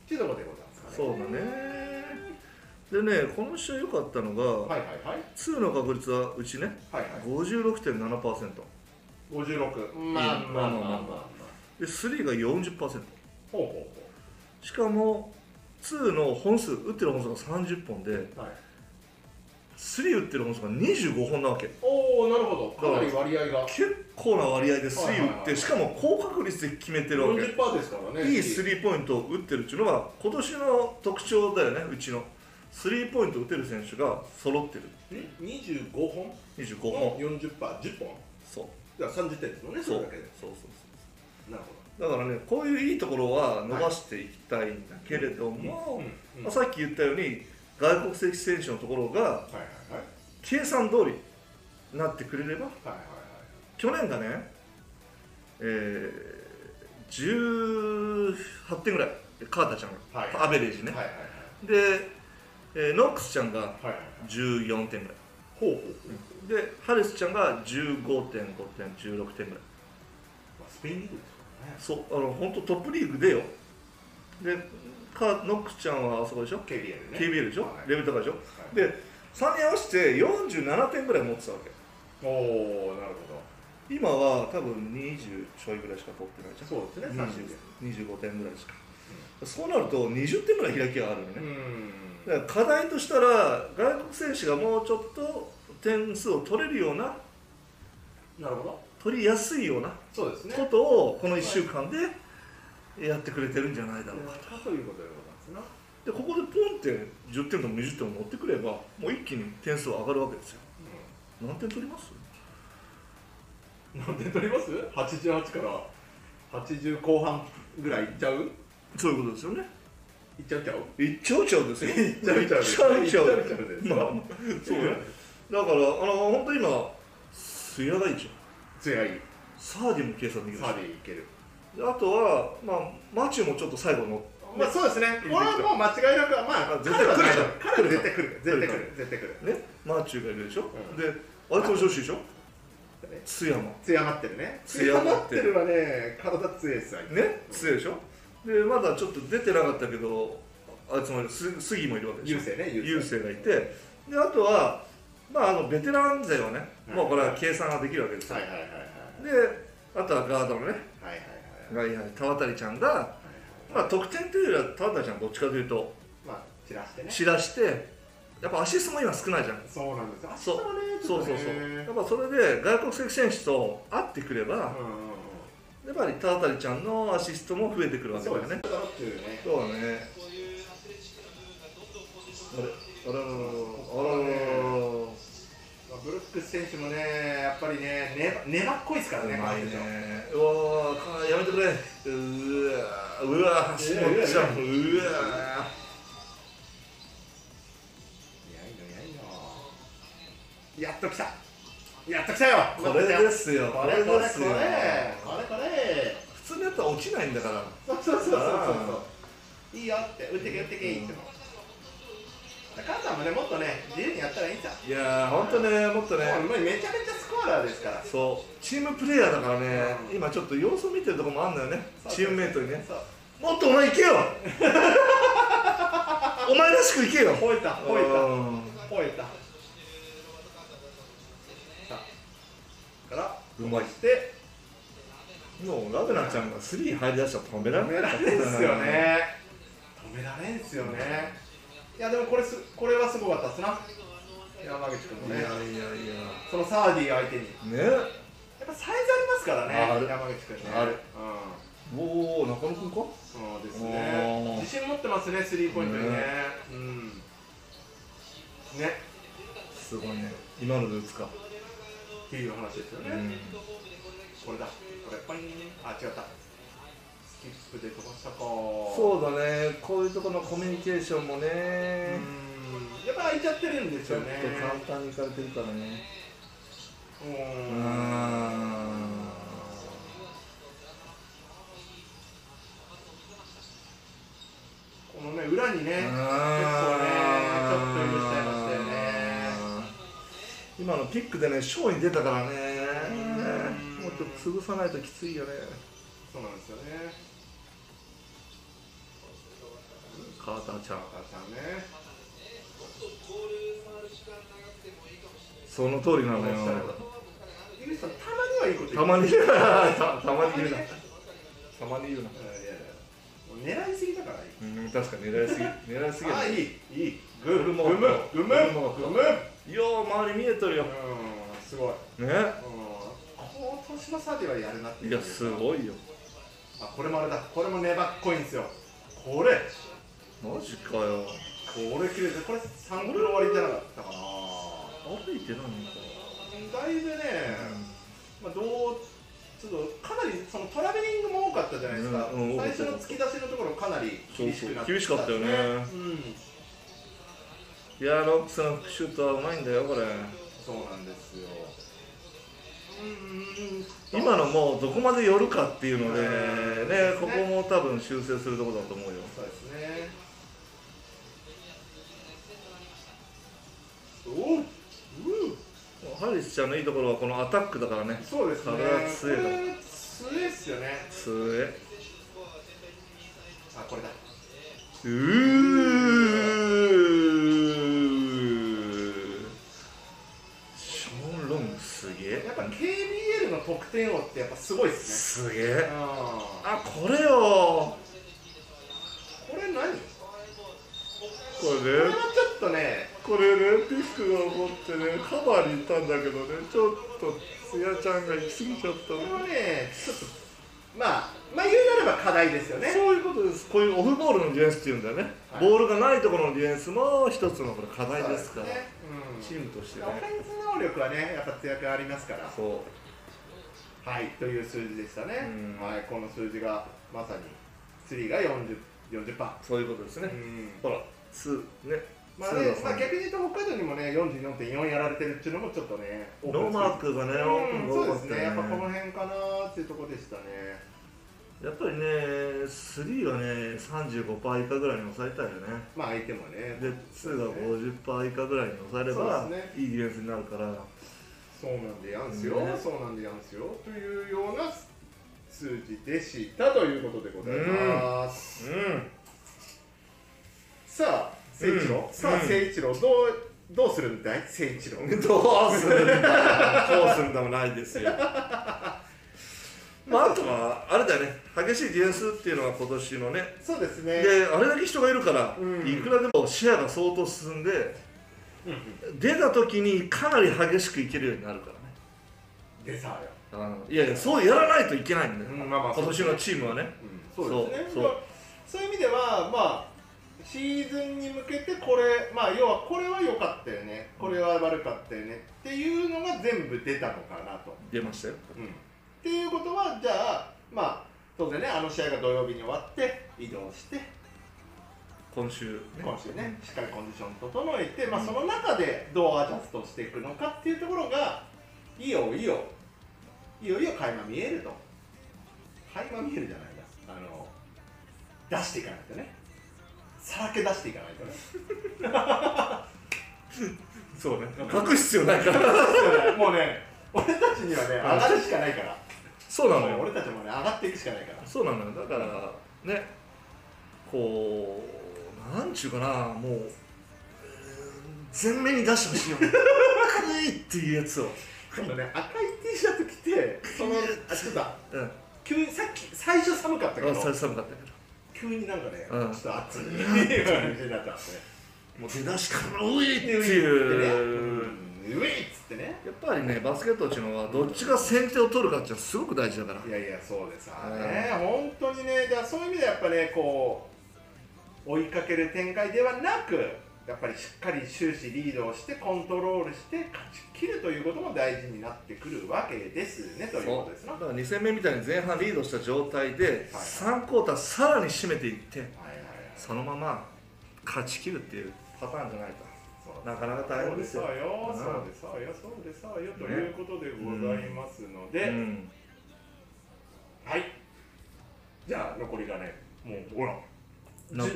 S2: ていうところでございますかね。
S3: そうだね。でね、この試合良かったのが、
S2: はいはいはい。
S3: ツーの確率はうちね、
S2: はいはい。
S3: 56.7%。
S2: 56。まあまあまあまあ
S3: いいまあまあまあ
S2: まあ。
S3: で、3が40%。
S2: ほうほう
S3: しかも2の本数打ってる本数が30本で
S2: ほう。はい。
S3: 3打ってる本数が25本なわけ
S2: おお、なるほど。かなり割合が。
S3: 結構な割合で3
S2: はい
S3: 打
S2: は
S3: っ
S2: いは
S3: て
S2: い
S3: しかも高確率で決めてるわけ
S2: 40%ですからね。
S3: いいスリーポイントを打ってるっていうのが今年の特徴だよねうちのスリーポイント打てる選手が揃ってる
S2: ん25本 ?40%、
S3: 25本
S2: 10本。
S3: そう
S2: じゃあ30点ですもんね、そ
S3: そ
S2: れ
S3: うそう
S2: だけで。
S3: そう
S2: なる
S3: そうだからねこういういいところは伸ばしていきたいんだけれど
S2: ほど。
S3: も、
S2: うんうん
S3: まあ、さっき言ったように外国籍選手のところが
S2: はいはい
S3: 計算通りになってくれれば
S2: はいはいはい
S3: 去年がね、えー、18点ぐらいカーターちゃんが、
S2: はい
S3: アベレージね、
S2: はいはいはい
S3: で、えーノックスちゃんが
S2: はいはい
S3: 14点ぐらい
S2: ほうほうほう
S3: でハレスちゃんが15.5点16点ぐらい
S2: まあスペインリーグですからね
S3: そうあの本当トップリーグでよでカノックスちゃんはあそこでしょ
S2: KBL ね
S3: KBL でしょ、
S2: はい
S3: レベル高いでしょ
S2: はい
S3: で3人合わせて47点ぐらい持ってたわけ
S2: おおなるほ
S3: 今は多分20ちょいぐらいしか取ってないじゃん
S2: そうですね
S3: ん
S2: 30
S3: 25点ぐらいしか、そうなると20点ぐらい開きがあるよね
S2: どう、ん
S3: だから課題としたら外国選手がもうちょっと点数を取れるような
S2: なるほど
S3: 取りやすいような
S2: そうですね
S3: ことをこの1週間でやってくれてるんじゃないだろうか
S2: かということでございますな
S3: でここでポンって10点とか20点を持ってくればもう一気に点数は上がるわけですよ何点取ります
S2: 何点取ります ?88 から80後半ぐらいいっちゃう
S3: そういうことですよね
S2: いっちゃうちゃう
S3: いっちゃうちゃうですよいっ
S2: ちゃうちゃうです
S3: ちゃうちゃう
S2: いっちゃうちゃうです
S3: まあそうよだからあの本当今スヤがいいじゃん
S2: 強い
S3: サーディも計算できるし
S2: サーディいける
S3: であとは、まあ、マチューもちょっと最後の
S2: まあそうですねこれはもう間違いなくまあ
S3: あ絶対来る
S2: 彼は
S3: じゃん
S2: 彼は絶対来る
S3: 来
S2: 絶対
S3: るじゃ
S2: 来
S3: ん
S2: る絶対来る
S3: ねマーチューがいるでしょ、
S2: ん
S3: であれ調子いいでしょ津山
S2: 強まってるね
S3: 強ま
S2: 強
S3: ってる
S2: まってるはね体強いですよ
S3: ね強いでしょでまだちょっと出てなかったけどあいつもいるす杉もいるわけでしょ
S2: 優勢ね優勢
S3: 優勢がいてであとは、まあ、あのベテラン勢はね、
S2: はい
S3: もうこれは計算ができるわけですよ、
S2: はいはいはいはい
S3: であとはガードのね
S2: はいはいはいはいはい
S3: がいない田渡ちゃんが、まあ、得点というよりは田渡ちゃんどっちかというと
S2: まあ散らしてね
S3: 散らしてやっぱアシストも今少ないじゃん
S2: そうなんですよ
S3: そう
S2: 明日はねち
S3: そ
S2: ょ
S3: う
S2: っと
S3: そう
S2: ね
S3: そう、やっぱそれで外国籍選手と会ってくれば、
S2: うんうん
S3: やっぱり田渡ちゃんのアシストも増えてくる
S2: う
S3: わ
S2: ん
S3: けだ
S2: そう
S3: よ
S2: ですね
S3: ね。
S2: だろっていうね
S3: そうだね。あれ、あららららら
S2: まあブルックス選手もね、やっぱりね、粘粘っこいですからね、
S3: うまい
S2: マーティン選
S3: ね。うわー、やめてくれ。うわ、うわ、走ってっちゃう。うわ。
S2: 手いやいいの、いやいいの。やっと来た。やっと来たよ。
S3: これですよ
S2: これ、これ、こ
S3: これ
S2: れ
S3: ですよ、
S2: これ、これ。
S3: 普通のやったら落ちないんだから。
S2: そうそうそうそう
S3: あ
S2: そう。いいよって、打ってけ、打ってけ、いいっても。母さんもね、もっとね、自由にやったらいいんだ。
S3: いやー、本当ね、もっとね。
S2: もうめちゃめちゃスコアラーですから。
S3: そう、チームプレイヤーだからね、今ちょっと様子見てるとこもあんだよね、チームメイトにね。
S2: そう。
S3: もっとお前行 けよお前らしく行けよ
S2: 吠えた、吠えた。超えたさあから
S3: うまい
S2: して
S3: もうラベナちゃんがスリー入り出したら止めら
S2: 止
S3: れ
S2: め
S3: な
S2: ら
S3: かった
S2: れんすよね止められんすよねいやでもこれすこれはすごかったっすな山口君
S3: い
S2: も
S3: やい
S2: ね
S3: や
S2: そのサーディ相手に
S3: いやね
S2: やっぱサイズありますから
S3: あ
S2: ね
S3: る
S2: 山口君ね
S3: あるおお中野君か
S2: うんそうです
S3: お
S2: ね
S3: ー
S2: 自信持ってますねスリーポイントにね
S3: ね
S2: うんね
S3: すごいね今ので打つか、
S2: っていう話ですよ
S3: う
S2: ね、
S3: ん、
S2: これだこれパインあ違ったスキップで飛ばしたか
S3: そうだねこういうところのコミュニケーションも
S2: うー
S3: ね
S2: んやっぱ空いちゃってるんです
S3: ちょ
S2: よ
S3: っと
S2: ね
S3: 簡単にいかれてるからね
S2: う
S3: うー
S2: ーん
S3: ん
S2: このね裏にね
S3: 結
S2: 結構ねちょっと許しちゃいましたよね
S3: 今のピックでねショーに出たからね
S2: うん
S3: もうちょっと潰さないときついよね
S2: そうなんですよね
S3: カーターちゃん
S2: 赤ちゃんね
S3: その通りなのよ
S2: 井口さんたまにはいいこと
S3: た
S2: 言う
S3: まにたたまに言うなたまに言うな
S2: うんいやいやいやもう狙いすぎだからいい
S3: うん確かに狙いすぎ狙いすぎや
S2: あ
S3: ね
S2: いいいいグーグム
S3: グ
S2: グ
S3: ム
S2: ムグムグム
S3: いやー周り見えとるよ
S2: う
S3: ね
S2: んすごいうん今年のサーディはやるなって
S3: いやす
S2: い
S3: ごいよ
S2: あこれもあれだこれも粘っこいんですよこれ
S3: マジかよ
S2: これ綺麗でこれサングル終わりじゃなかったかな
S3: 歩いてないのか
S2: だいぶね、まあ、どうちょっとかなりそのトラベリングも多かったじゃないですか、
S3: うんうん多か
S2: 最
S3: った
S2: 初の突き出しのところかなり
S3: そう
S2: 厳し
S3: そ
S2: くな
S3: う
S2: っ
S3: 厳しかったよね
S2: うん
S3: いやーロックスのシュートはうまいんだよこれ
S2: そうなんですよ
S3: 今のもうどこまで寄るかっていうので
S2: うん
S3: ねここも多分修正するところだと思うよ
S2: そうですねおううん
S3: ハリスちゃんのいいところはこのアタックだからね
S2: そうですね
S3: これは強いな
S2: これ強いっすよね
S3: 強え
S2: あこれだ
S3: うーショーン・ロングすげえ
S2: やっぱ KBL の得点王ってやっぱすごいっす
S3: すげ
S2: ね
S3: え
S2: あ
S3: あこれよ
S2: これ何こ
S3: こ
S2: れ
S3: れ
S2: は
S3: ね
S2: ちょっとね
S3: これねピックが起こってねカバーにいたんだけどねちょっとツヤちゃんが行き過ぎちゃっ
S2: これ
S3: た
S2: はねちょっとまあまあ言うならば課題ですよね
S3: そういうことですこういうオフボールのディフェンスっていうんだよね、
S2: はい
S3: ボールがないところのディフェンスも一つのこれ課題ですから
S2: そうね
S3: チームと
S2: う
S3: して
S2: ん
S3: ね
S2: オフェンス能力はねやっぱ強くありますから
S3: そ
S2: はいという数字でしたね
S3: うん
S2: はいこの数字がまさにスリーが40 40%パ
S3: うそういうことですね、
S2: ーうん
S3: ほらツーね
S2: まあ
S3: ツー
S2: ね
S3: の、三
S2: まあ、逆に言うと北海道にもね44.4やられてるっていうのもちょっとね
S3: ノーマークがね、
S2: うん、
S3: 多
S2: そう
S3: か
S2: で
S3: っ
S2: す
S3: たよ
S2: ね、
S3: ね
S2: やっぱこの辺かなーっていうところでしたね。
S3: やっぱりね、スリーはね、35%以下ぐらいに抑えたいよね。
S2: まあ相手もね、
S3: で、ツーが50%以下ぐらいに抑えれば、
S2: そうです
S3: いいディフェンスになるから、
S2: そうなんでやんすよ、
S3: ね
S2: そうなんでやんすよというような数字でしたということでございます。さあ、誠一郎、
S3: うん
S2: さあ、
S3: うん
S2: 誠一郎、どうどうするんだい誠一郎。
S3: うん、 どうするんだよ、こうするんだもないですよ。まあ、あとは、あれだよね、激しいディフェンスっていうのは今年のね、
S2: そうですね。
S3: で、あれだけ人がいるから、
S2: うん
S3: いくらでも視野が相当進んで、
S2: うんうん
S3: 出た時にかなり激しくいけるようになるからね。
S2: でさあよ。
S3: あのいやいや、そうやらないといけないんだよ、
S2: うんまあまあ
S3: 今年のチームはね。
S2: うんそうですね。
S3: そう
S2: まあそういう意味では、まあ。シーズンに向けてこれ、まあ、要はこれは良かったよね、これは悪かったよねっていうのが全部出たのかなと。
S3: 出ましたよ
S2: うん、っていうことは、じゃあ、まあ、当然ね、あの試合が土曜日に終わって、移動して、
S3: 今週
S2: 今週ね、しっかりコンディション整えて、まあ、その中でどうアジャストしていくのかっていうところが、いよいよ、いよいよ垣間見えると。垣間見えるじゃないですか。あの、出していかないとね。さらけ出していかないとね。
S3: そうね書く必要ないから
S2: もうね、俺たちにはね、上がるしかないから。
S3: そうなの
S2: 俺
S3: よ
S2: たちもね、上がっていくしかないから。
S3: そうなのよだからねこうなんちゅうかなもううーん全面に出してほしいよクイっていうやつを、
S2: あのね、赤い T シャツ着て、その、あ、ちょっと、
S3: うん、
S2: 急にさっき、最初寒かったけど
S3: あ、最初寒かったけど
S2: 急になんかね、
S3: うん
S2: ちょっと暑いっていう感じになっちゃって。
S3: もう出だしから「うい!」って
S2: でウィ
S3: い
S2: ー
S3: う、
S2: ってね、うんウィーっつってね。
S3: やっぱりねバスケットっていうのはどっちが先手を取るかっていうのはすごく大事だから
S2: いやいや、そうですわね、本当にね、じゃあそういう意味ではやっぱね、こう、追いかける展開ではなく、やっぱりしっかり終始リードをして、コントロールして、勝ち切るということも大事になってくるわけですね、ということですな。は
S3: だから2戦目みたいに前半リードした状態で
S2: はい
S3: 3クォーターさらに締めていって
S2: いはいはい
S3: そのまま勝ち切るっていうパターンじゃない
S2: そう
S3: なかなか大変ですよ
S2: そうで
S3: うん
S2: そうでそうでそうでそうよ、
S3: ね
S2: ということでございますので、
S3: と、うん、
S2: はいじゃあ残りがねもうほら
S3: な
S2: じ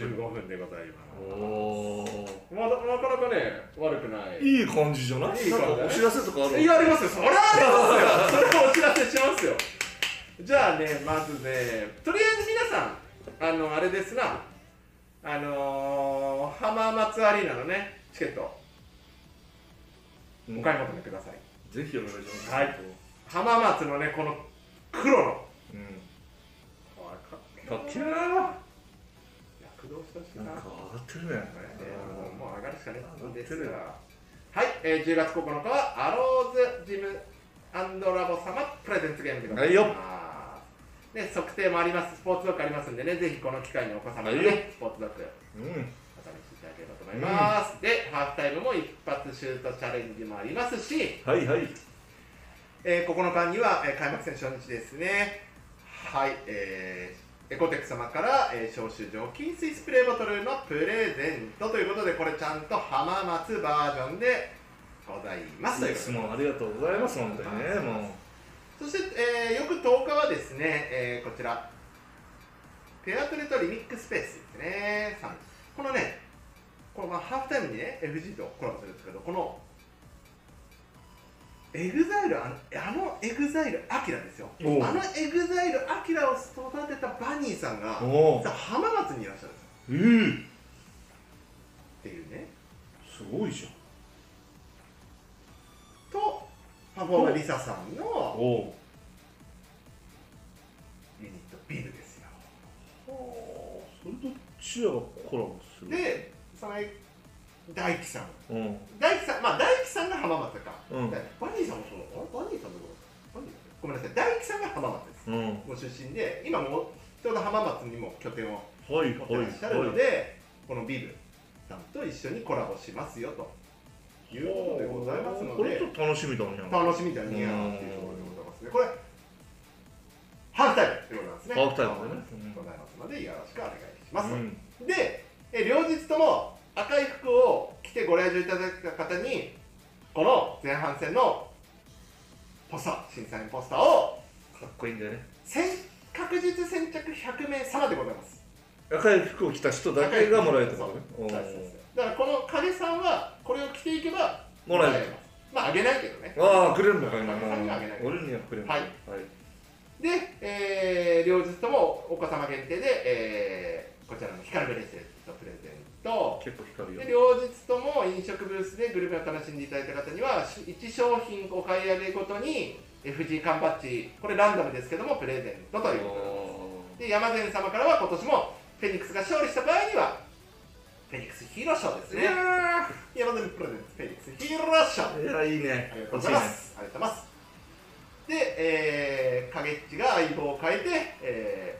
S2: 15分でございま
S3: おー
S2: すまあななかなかね悪くない
S3: いい感じじゃない
S2: いい感じだね
S3: なんかお知らせとかある
S2: いやありますよそれはありますよそれはお知らせしますよじゃあねまずねとりあえず皆さんあのあれですなあのー、浜松アリーナのねチケット
S3: うん
S2: お買い求めください、
S3: ぜひお願いします
S2: はい浜松のねこの黒の
S3: うん、
S2: か
S3: かっけえ
S2: な
S3: な
S2: 躍動してほしいな
S3: なんか上がってるね
S2: これねもうもう上がるしかねえ
S3: 上がってる
S2: ですがはい、えー、10月9日はアローズジムアンドラボ様プレゼンツゲームでござい
S3: はい
S2: ますで測定もありますスポーツドックありますんでねぜひこの機会にお子様のね、
S3: はいよ
S2: スポーツドック
S3: うん
S2: お試しいただければと思います、でハーフタイムも一発シュートチャレンジもありますし
S3: はいはい
S2: えー、9日には、えー開幕戦初日ですね、はい、えエコテック様から、えー招集状金スイスプレーボトルのプレゼントということでこれちゃんと浜松バージョンでございますという
S3: い
S2: こ
S3: つ
S2: とで
S3: もありがとうございます本当にねも
S2: そして、えー、翌10日はですね、えーこちら、ペアトレとリミックスペースですね、さんこのね、このまあハーフタイムにね、FG とコラボするんですけど、この、エグザイル、あのあのエグザイル、アキラですよ、あ
S3: おう
S2: のエグザイル、アキラを育てたバニーさんが
S3: う、おお
S2: 実は浜松にいらっしゃるんですよ
S3: えー、
S2: っていうね、
S3: すごいじ
S2: と、パフォーマーリサさん
S3: ゃん
S2: の
S3: お
S2: ユニット、ビルですよ。
S3: おそれどっちらがコラボする
S2: で、その大輝さん。
S3: うん
S2: 大輝さん、まあ大輝さんが浜松か。
S3: うん
S2: でバニーさんもそうあれバニーさんどこバニーさんごめんなさい、大輝さんが浜松です。
S3: うん
S2: ご出身で、今もちょうど浜松にも拠点を
S3: はい
S2: 持っ
S3: は
S2: て
S3: い
S2: らっしゃるの
S3: は
S2: で、このビブさんと一緒にコラボしますよと
S3: い
S2: いうことでございますの
S3: これ
S2: で
S3: ちょ、っと楽しみだねハ
S2: 楽しみだねっていうところでございますね。これ、ハーフタイムということなんですね。
S3: ーフタイムだね
S2: ございますので、よろしくお願いします。
S3: うん
S2: で、え両日とも赤い服を着てご来場いただいた方に、この前半戦のポスター、審査員ポスターを
S3: かっこいいんだよね
S2: 先確実先着100名様でございます。
S3: 赤い服を着た人だけがもらえた
S2: そ
S3: か
S2: う
S3: らね
S2: そうそうそうだからこの影さんはこれを着ていけば
S3: もらえる
S2: ます。まあ、あげないけどね。
S3: ああくれるのか今
S2: はいはいはいはい
S3: 俺にはくれる
S2: はいで、えー両日ともお子様限定で、えーこちらの光ブレスレットプレゼント、
S3: 結構光るよ
S2: で両日とも飲食ブースでグルメを楽しんでいただいた方にはし1商品お買い上げごとに FG 缶バッジこれランダムですけどもプレゼントということで山善様からは今年もフェニックスが勝利した場合にはフェニックスヒーロー賞です
S3: い
S2: ね
S3: や
S2: 山善プレゼントフェニックスヒーロー賞
S3: ーいやいいね
S2: ありがとうございます。ありがとうございます。で、えー、影っちが相棒を変えて、え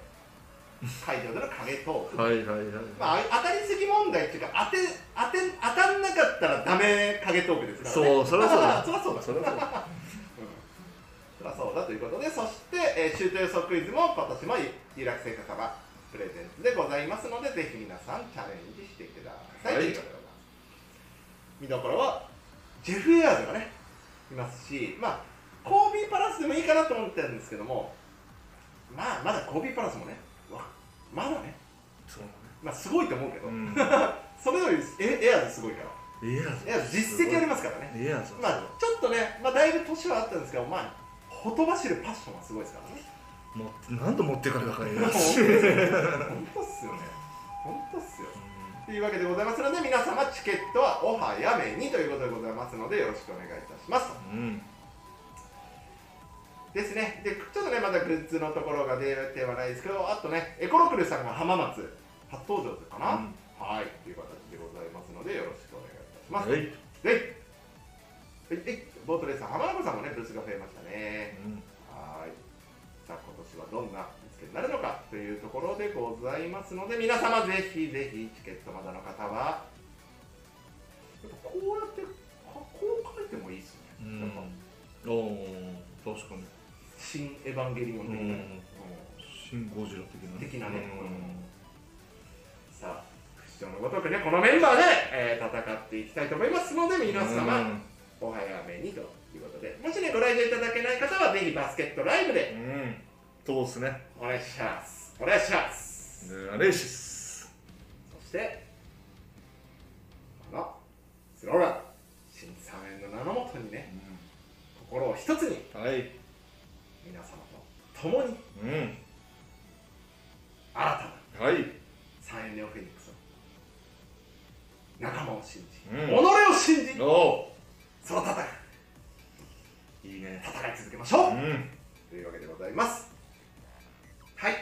S2: ー、会場での影トーク。
S3: はいはいはい
S2: まあ、当たりすぎ問題っていうか、当て、当て、当たんなかったらダメ影トークですからね。
S3: そうそりゃそうだ
S2: まあそりゃそうだ。
S3: それは
S2: そりゃそうだということで、そして、えー、シュート予想クイズも今年も有楽製菓様プレゼンツでございますので、ぜひ皆さんチャレンジしてください。
S3: はい
S2: ということでございます見どころは、ジェフ・エアーズがね、いますし、まあ、コービーパラスでもいいかなと思ってるんですけども、まあ、まだコービーパラスもね、わまだね、
S3: そう
S2: まあ、すごいと思うけど、
S3: うん
S2: それよりエエアーズすごいから、
S3: エアーズ
S2: エアーズ実績ありますからね。
S3: エアーズ
S2: まあ、ちょっとね、まあ、だいぶ年はあったんですけど、まあ、ほとばしるパッションはすごいですから ね。
S3: 持ってなんと持ってかれたかい
S2: 本当っすよね。本当っすよね。本当っすよ。というわけでございますので、皆様チケットはお早めにということでございますので、よろしくお願いいたします。
S3: うん
S2: ですね。で、ちょっとね、まだグッズのところが出てはないですけど、あとね、エコロクルさんが浜松初登場かな、
S3: うん
S2: はい、という形でございますので、よろしくお願いいたします。
S3: はい
S2: で、はい、はいボートレースさん、浜中さんもね、ブースが増えましたね。
S3: うん
S2: はい。さあ、今年はどんな見つけになるのかというところでございますので、皆様ぜひぜひチケットまだの方は、やっぱこうやって、ここう書いてもいいです
S3: う
S2: ね。
S3: ん
S2: なんか
S3: おー確かに
S2: 新エヴァンゲリオン的な。
S3: うん
S2: うん
S3: シン・ゴジラ的な
S2: 的なね
S3: うん
S2: さあ、不死鳥のごとくね、このメンバーで、えー戦っていきたいと思いますので、皆様、
S3: うん
S2: お早めにということで、もしね、ご来場いただけない方は、ぜひバスケットライブで
S3: うんそうっすね
S2: お願いします。お願いします。
S3: アレーシス
S2: そして、このスローラン、新三円の名のもとにね、心を一つに
S3: はい
S2: 皆様と共に
S3: うん
S2: 新たな
S3: はい
S2: 三円ネオフェニックスを仲間を信じ、
S3: うん
S2: 己を信じ、
S3: お
S2: そう戦い、
S3: ーいいね
S2: 戦い続けましょう、
S3: うん
S2: というわけでございます。はい。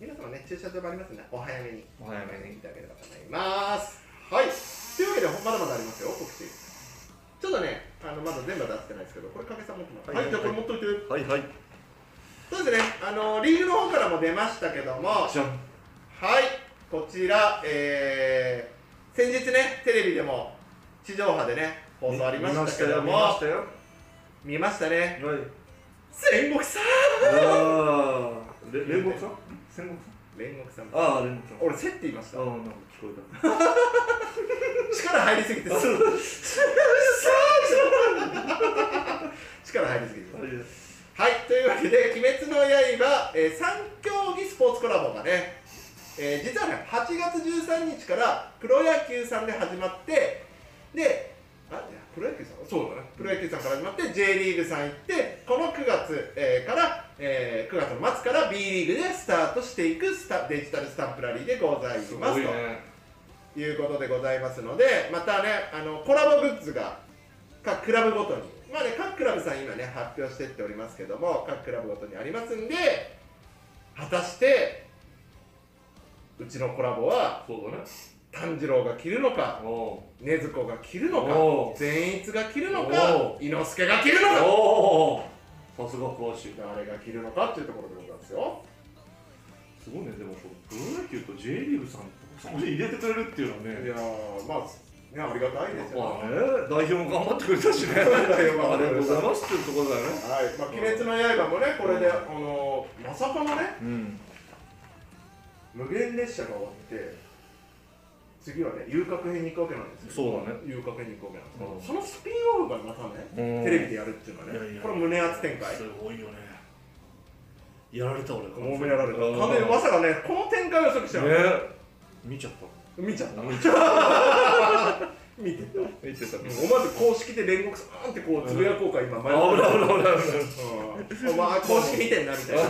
S2: 皆様ね、駐車場もありますので、お早めに、
S3: お早め
S2: い
S3: に
S2: ただければと思います。はい。というわけで、まだまだありますよ、告知。ちょっとね、あのまだ全部は出してないですけど、これ、影さん持ってます。
S3: は
S2: はいい、じゃあこれ持っといて。
S3: はいはい
S2: そうですね、あのリーグの方からも出ましたけども、はい、
S3: じゃん
S2: こちら、えー、先日ね、テレビでも、地上波でね、放送ありましたけども、
S3: 見ましたよ
S2: 見ましたね、
S3: 見ましたよはい
S2: 戦国さん
S3: ああレレンボーさん戦国
S2: 煉獄さん
S3: ああ煉獄さん
S2: 俺セって言いました
S3: ああなんか聞こえた
S2: 力入りすぎて
S3: そう
S2: 力入りすぎて
S3: あれ
S2: はいというわけで「鬼滅の刃」えー、3競技スポーツコラボがね、えー実はね8月13日からプロ野球さんで始まってであいやプロ野球さんそうだねプロ野球さんから始まって J リーグさん行ってこの9月、えーから、えー9月の末から B リーグでスタートしていくスタデジタルスタンプラリーでございます
S3: す
S2: と
S3: ごいね
S2: いうことでございますのでまたねあのコラボグッズが各クラブごとにまあね各クラブさん今ね発表してっておりますけども各クラブごとにありますんで果たしてうちのコラボは
S3: そうだね
S2: 炭治郎が着るのか
S3: おお
S2: 禰豆子が着るの
S3: お
S2: か
S3: う
S2: 善逸が着るのか
S3: お
S2: 伊之助が着るのか
S3: おおさすが詳しい
S2: 誰が着るのかっていうところでございますよ
S3: すごいねでもこうプロ野球と J リーグさんそこで入れてくれるっていうのはいね
S2: やーまあねありがたいですよ、
S3: まあね代表も頑張ってくれたしね
S2: 代表も
S3: ありがとうございますっていうところだよね
S2: はい、まあ、鬼滅の刃もね、これで、あのーまさかのね、
S3: うん
S2: 無限列車が終わって、次はね、遊郭編に行くわけなんですよ。
S3: そうだね
S2: 遊郭編に行くわけなんですけど、そ
S3: うん
S2: のスピンオフがまたね、
S3: うん
S2: テレビでやるっていうのはね、これ胸熱展開。
S3: すごいよねやられた俺
S2: もめやられた。
S3: うん
S2: 完全にまさかね、この展開を予測したの、
S3: ね見ちゃった
S2: 見ちゃった。
S3: 見ちゃった
S2: 見てた。
S3: 見ちゃった
S2: 思わず公式で煉獄さんってこう、つぶやこうか、今、
S3: 危
S2: 迷
S3: な
S2: っ
S3: い危
S2: てたう
S3: ない危ない
S2: んお前公式見てんなみたいな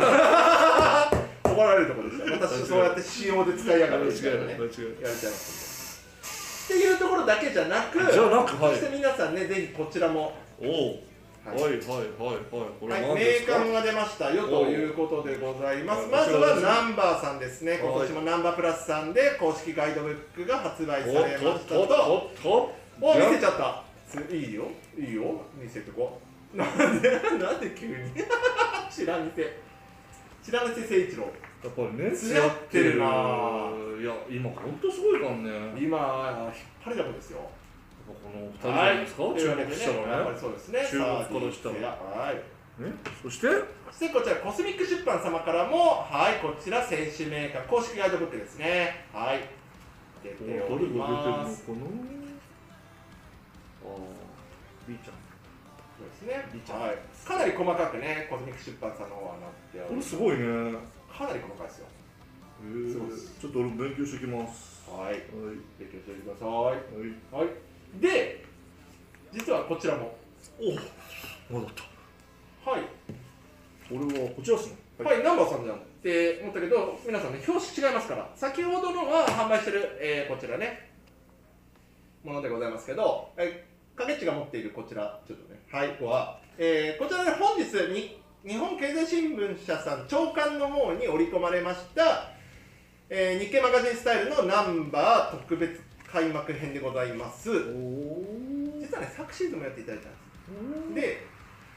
S2: 怒られるところでした私そうやって仕様で使いやがるみたいなねや
S3: 間違いない間違い
S2: れ
S3: ない
S2: ちゃいますんでっていうところだけじゃなく
S3: じゃなくはい
S2: そして皆さんねぜひこちらも、
S3: おお
S2: は
S3: はいいはいはいはいこ
S2: は
S3: れ
S2: い、
S3: 何
S2: 名
S3: ですか
S2: 鑑が出ましたよということでございます
S3: お
S2: まず
S3: こちら
S2: は
S3: です
S2: ナンバーさんですね
S3: い
S2: 今年もナンバープラスさんで公式ガイドブックが発売さ
S3: お
S2: れ
S3: っ
S2: ま
S3: と
S2: し
S3: ったとっ
S2: と
S3: と
S2: お見せ
S3: ゃ
S2: ちゃったすいいよいいよ見せてこ なんでなんで急に 白見せ白見せ誠一郎
S3: やっぱりね
S2: 艶ってるな
S3: 艶ってるいや今本当すごいからねやっ
S2: 今
S3: ぱ
S2: 引っ張りだこですよ
S3: このお二人じゃないですか注
S2: というわけ
S3: 目
S2: で
S3: し
S2: ね
S3: た
S2: や
S3: ら
S2: っぱ
S3: ね
S2: りそうですね
S3: 注目からしたら
S2: さあはい
S3: ねそして
S2: そしてこちらコスミック出版様からもはいこちら選手メーカー公式ガイドブックですねはい出
S3: どれ
S2: て
S3: が
S2: お
S3: 出て
S2: り
S3: るのかなあ
S2: ます
S3: ー B ちゃ
S2: そうですね
S3: リチャード
S2: はいかなり細かくねコスミック出版さんの方はなって
S3: ん
S2: お
S3: こ
S2: り
S3: れ
S2: ます
S3: すごいね
S2: かなり細かいですよ
S3: へー
S2: そうです
S3: ちょっと俺も勉強してきますは
S2: はい
S3: い
S2: 勉強しておいてください
S3: は
S2: は
S3: い
S2: い、で、実はこちらも、
S3: おまだあった
S2: はい、
S3: 俺はこちらですね
S2: はい、南波さんじゃんって思ったけど、皆さんね、表紙違いますから、先ほどのは販売してる、えーこちらね、ものでございますけど、えー、かげっちが持っているこちら、ちょっとね、はい、は、えーこちらね、本日に、日本経済新聞社さん、朝刊の方に織り込まれました、えー日経マガジンスタイルのナンバー特別開幕編でございます。
S3: おお
S2: 実はね、昨シーズンもやっていただいたんで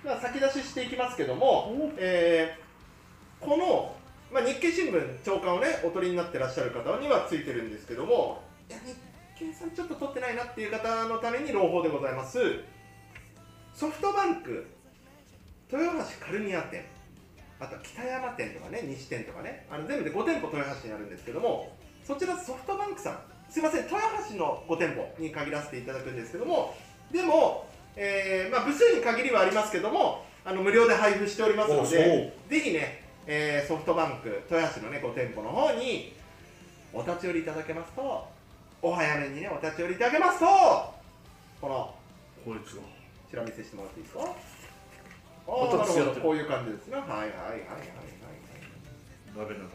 S2: す。で、まあ、先出ししていきますけども、えーこの、まあ、日経新聞朝刊をねお取りになってらっしゃる方にはついてるんですけどもいや日経さんちょっと取ってないなっていう方のために朗報でございますソフトバンク豊橋カルミア店あとは北山店とかね西店とかねあの全部で5店舗豊橋にあるんですけどもそちらソフトバンクさんすいません豊橋の5店舗に限らせていただくんですけどもでもえーまあ、部数に限りはありますけどもあの無料で配布しておりますのでぜひね、えーソフトバンク豊橋の、ね、5店舗の方にお立ち寄りいただけますとお早めにねお立ち寄りいただけますとこの
S3: こいつが
S2: ちら見せしてもらっていいですかあ
S3: お
S2: ーな
S3: 立ち寄り
S2: るほどこういう感じですねはいはいはいはいはい
S3: 鍋なら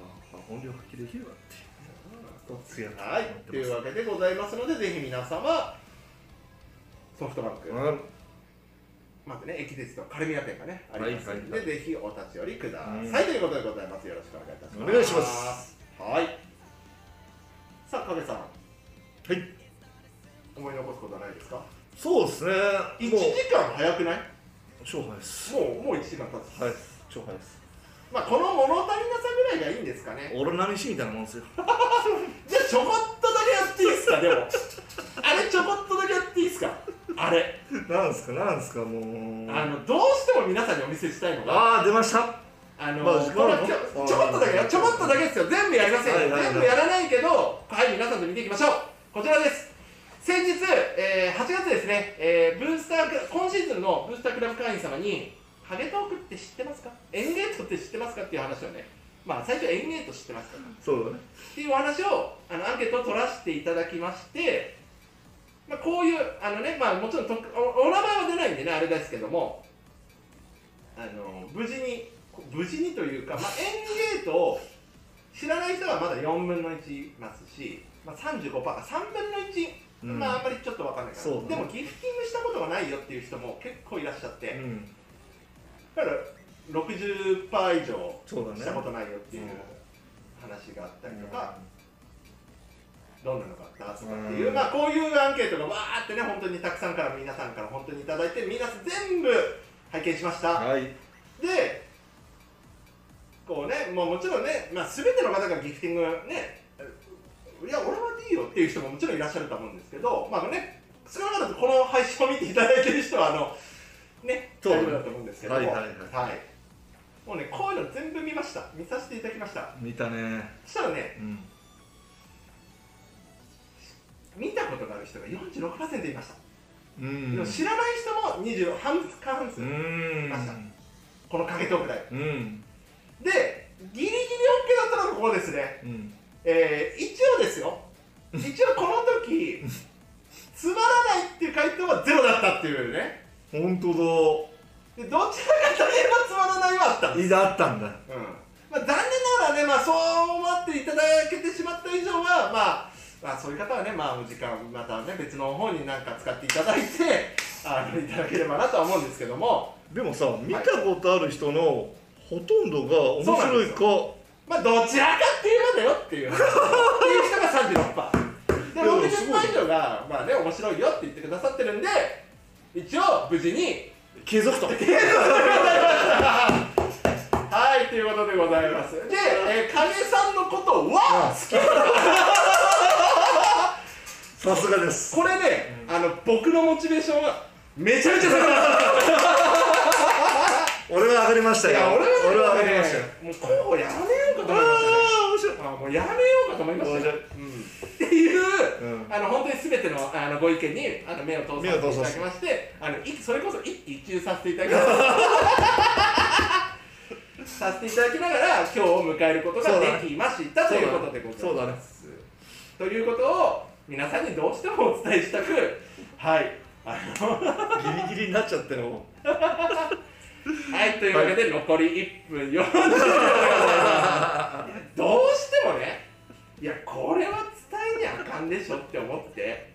S3: 本領発揮できるわって
S2: はい
S3: つや
S2: はい、というわけでございますので、ぜひ皆様、ソフトバンク、
S3: うん
S2: まずね、駅鉄とカルミア店がね、あ
S3: はい
S2: りますので、
S3: はい
S2: ぜひお立ち寄りください、
S3: うん
S2: ということでございます。よろしくお願いいたします。
S3: お願いします。
S2: はい。さあ、影さん、
S3: はい
S2: 思い残すことはないですか
S3: そうですね
S2: ?1
S3: もう
S2: 時間早くない
S3: 勝敗です
S2: もう、もう1時間経つ。
S3: はい勝敗です
S2: まあ、この物足りなさぐらいがいいんですかね。
S3: 俺何しみたいなもんですよ
S2: じゃあ、ちょこっとだけやっていいですか、でも。あれ、ちょこっとだけやっていいですかあれ、
S3: なんすかなんすかもう
S2: あの、どうしても皆さんにお見せしたいのが、
S3: あー出ました
S2: ああの
S3: まあ
S2: これはちょちょこっとだけよちょこっとだけですよ全部やりませんよ、
S3: はいはいはい
S2: 全部やらないけどはい皆さんと見ていきましょうこちらです先日、えー8月ですね、えーブースターク今シーズンのブースタークラブ会員様にハゲトークって知ってますかエンゲートって知ってますかっていう話をねまあ最初エンゲート知ってますか
S3: そうだね
S2: っていうお話をあのアンケートを取らせていただきまして、まあ、こういうあのね、まあ、もちろんとおお名前は出ないんでねあれですけどもあの無事にこ無事にというか、まあ、エンゲートを知らない人はまだ4分の1いますし、まあ、35%か3分の1、
S3: うん
S2: まああんまりちょっと分かんないか
S3: そう
S2: ら、
S3: だね
S2: でもギフティングしたことがないよっていう人も結構いらっしゃって、
S3: うん
S2: だから60%以上
S3: そうだね
S2: したことないよっていう話があったりとか、どんなのがあったとかっていう、
S3: うん
S2: まあ、こういうアンケートがわーってね本当にたくさんから皆さんから本当にいただいて皆さん全部拝見しました、
S3: はい
S2: でこうねもうもちろんね、まあ、全ての方がギフティングねいや俺はいいよっていう人ももちろんいらっしゃると思うんですけどまあね少なからずこの配信を見ていただいてる人はあのね
S3: そう
S2: 大丈夫だと思うんですけども
S3: はいはいはい
S2: はいもうねこういうの全部見ました見させていただきました
S3: 見たね
S2: そしたらね
S3: うん
S2: 見たことがある人が46%いました、
S3: うん
S2: でも知らない人も20半数過半数、
S3: うん
S2: ましたこの影トークで
S3: うん
S2: でギリギリ OK だったのがここですね
S3: うん
S2: えー一応ですよ一応この時つまらないっていう回答はゼロだったっていうね
S3: 本当
S2: でどちらかといえばつまらないはあった
S3: だ
S2: うん
S3: いだったんだ
S2: まあ、残念ながらね、まあ、そう思っていただけてしまった以上は、まあ、まあそういう方はね、まあ、お時間またね別の方になんか使っていただいてあのいただければなとは思うんですけども
S3: でもさ見たことある人のほとんどが面白いか
S2: まあどちらかって言えばだよっていうっ ていう人が36%で
S3: いやでもすごいね
S2: 60%以上がまあね面白いよって言ってくださってるんで一応無事に
S3: 継続と
S2: はいということでございますで、えー、影さんのことは好き
S3: さすがです
S2: これね、あの僕のモチベーションはめちゃめちゃ下がった
S3: 俺は上がりました
S2: い
S3: よ
S2: や俺は
S3: 俺は上
S2: ね
S3: がりましたよ
S2: もう候補やめようかと
S3: あ
S2: 思いましたね
S3: あ
S2: あ
S3: 面白い
S2: もうやめようかと思いました
S3: 面白
S2: よ
S3: い、
S2: うん、っていう、
S3: うん
S2: あの本当に全てのあのご意見にあの目を通させていただきましてあのいそれこそ一喜一憂させていただきま したさせていただきながら今日を迎えること
S3: そう
S2: が
S3: だね
S2: できましたと
S3: そう
S2: い
S3: だね
S2: うことでございます
S3: そう
S2: と
S3: だね
S2: いうことを皆さんにどうしてもお伝えしたくはいあの
S3: ギリギリになっちゃったよ
S2: はいというわけで残り1分40秒でございますいやどうしてもねいやこれは伝えにあかんでしょって思って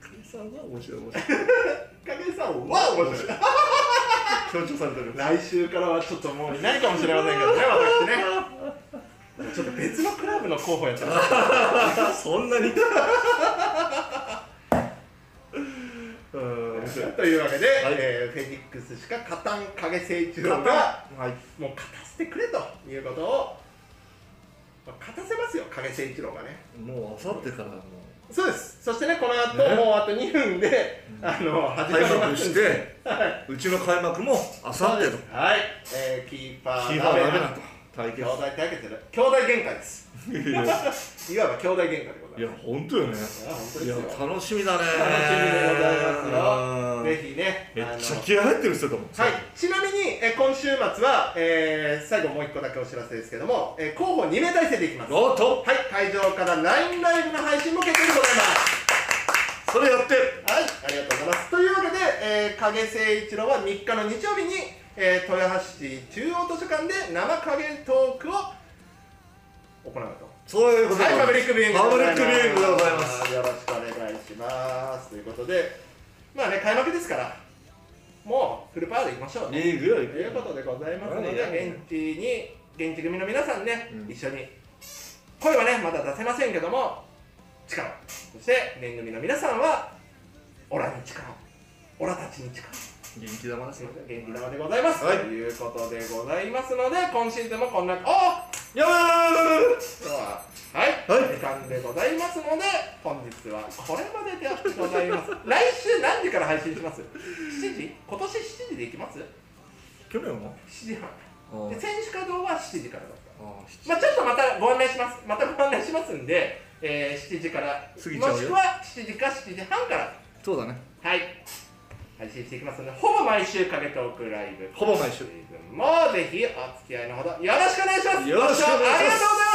S3: 影さんは面白い面白い
S2: 影さんは面白い
S3: 強調されてる
S2: 来週からはちょっともういないかもしれませんけどね私ねちょっと別のクラブの候補やったら
S3: そんなにうん面白い
S2: というわけで、
S3: い
S2: えーフェニックスしか勝たん影誠一郎が
S3: はい
S2: もう勝たせてくれということを、まあ勝たせますよ影誠一郎がね
S3: もうあさってからもう
S2: そうですそしてねこの後、
S3: ね
S2: もうあと2分で、あの始ま
S3: 開
S2: りま
S3: 幕
S2: す
S3: し
S2: んで
S3: て
S2: は
S3: うちの開幕もあさってと
S2: い、はいえーキーパ
S3: キ
S2: ー
S3: ーパー
S2: ダ
S3: ダ
S2: メ
S3: メ
S2: な
S3: だ
S2: と
S3: と対
S2: 兄
S3: 決
S2: 弟対決で兄弟喧嘩です
S3: いや
S2: いわば兄弟喧嘩でござ
S3: い
S2: い
S3: や
S2: ます
S3: 本当よ
S2: いや本当で
S3: ねい
S2: す
S3: や
S2: よ
S3: 楽しみだね
S2: 楽しみでございま
S3: うん
S2: すよ。ぜひね、
S3: めっちゃ
S2: あ
S3: 気合入ってる人だもん
S2: のはい。ちなみにえー今週末は、えー最後もう一個だけお知らせですけども、えー候補2名体制でいきます。はい。
S3: おっと
S2: 会場から LINE ライブの配信も決定でございます。
S3: それやって
S2: はい。ありがとうございます。というわけで、えー影誠一郎は3日の日曜日に、えー豊橋市中央図書館で生影トークを行うと。
S3: そういうこと
S2: はい、パブリックビューイングでござい
S3: パ
S2: ます。
S3: ブリックビューイングでございます
S2: よろしくお願いします。ということで、まあね、開幕ですから、もうフルパワーでいきましょうね。
S3: リーグよ
S2: ということでございますので、
S3: いやいやいや
S2: 現地に、現地組の皆さんね、
S3: うん
S2: 一緒に、声はね、まだ出せませんけども、力を、そして、年組の皆さんは、オラに力を、オラたちに力を。
S3: 元気玉ですす
S2: い
S3: よ
S2: ません元気玉でございます、
S3: はい
S2: ということでございますので今シーズンもこんなおー
S3: やばー
S2: 今日ははい、
S3: はい
S2: 時間でございますので本日はこれまででございます 来週何時から配信します7時今年7時でいきます
S3: 去年は
S2: 7時半
S3: うん
S2: で選手稼働は7時からだった
S3: あー
S2: まあ、ちょっとまたご案内します。またご案内しますんで、えー、7時から、
S3: 過ぎちゃうよ
S2: もしくは7時か7時半から、
S3: そうだね
S2: はい、配信していきますので、ほぼ毎週影トークライブ、
S3: ほぼ毎週
S2: シーズンもぜひお付き合いのほどよろしくお願いします。
S3: よろしくお願いします
S2: ご視聴ありがとうございました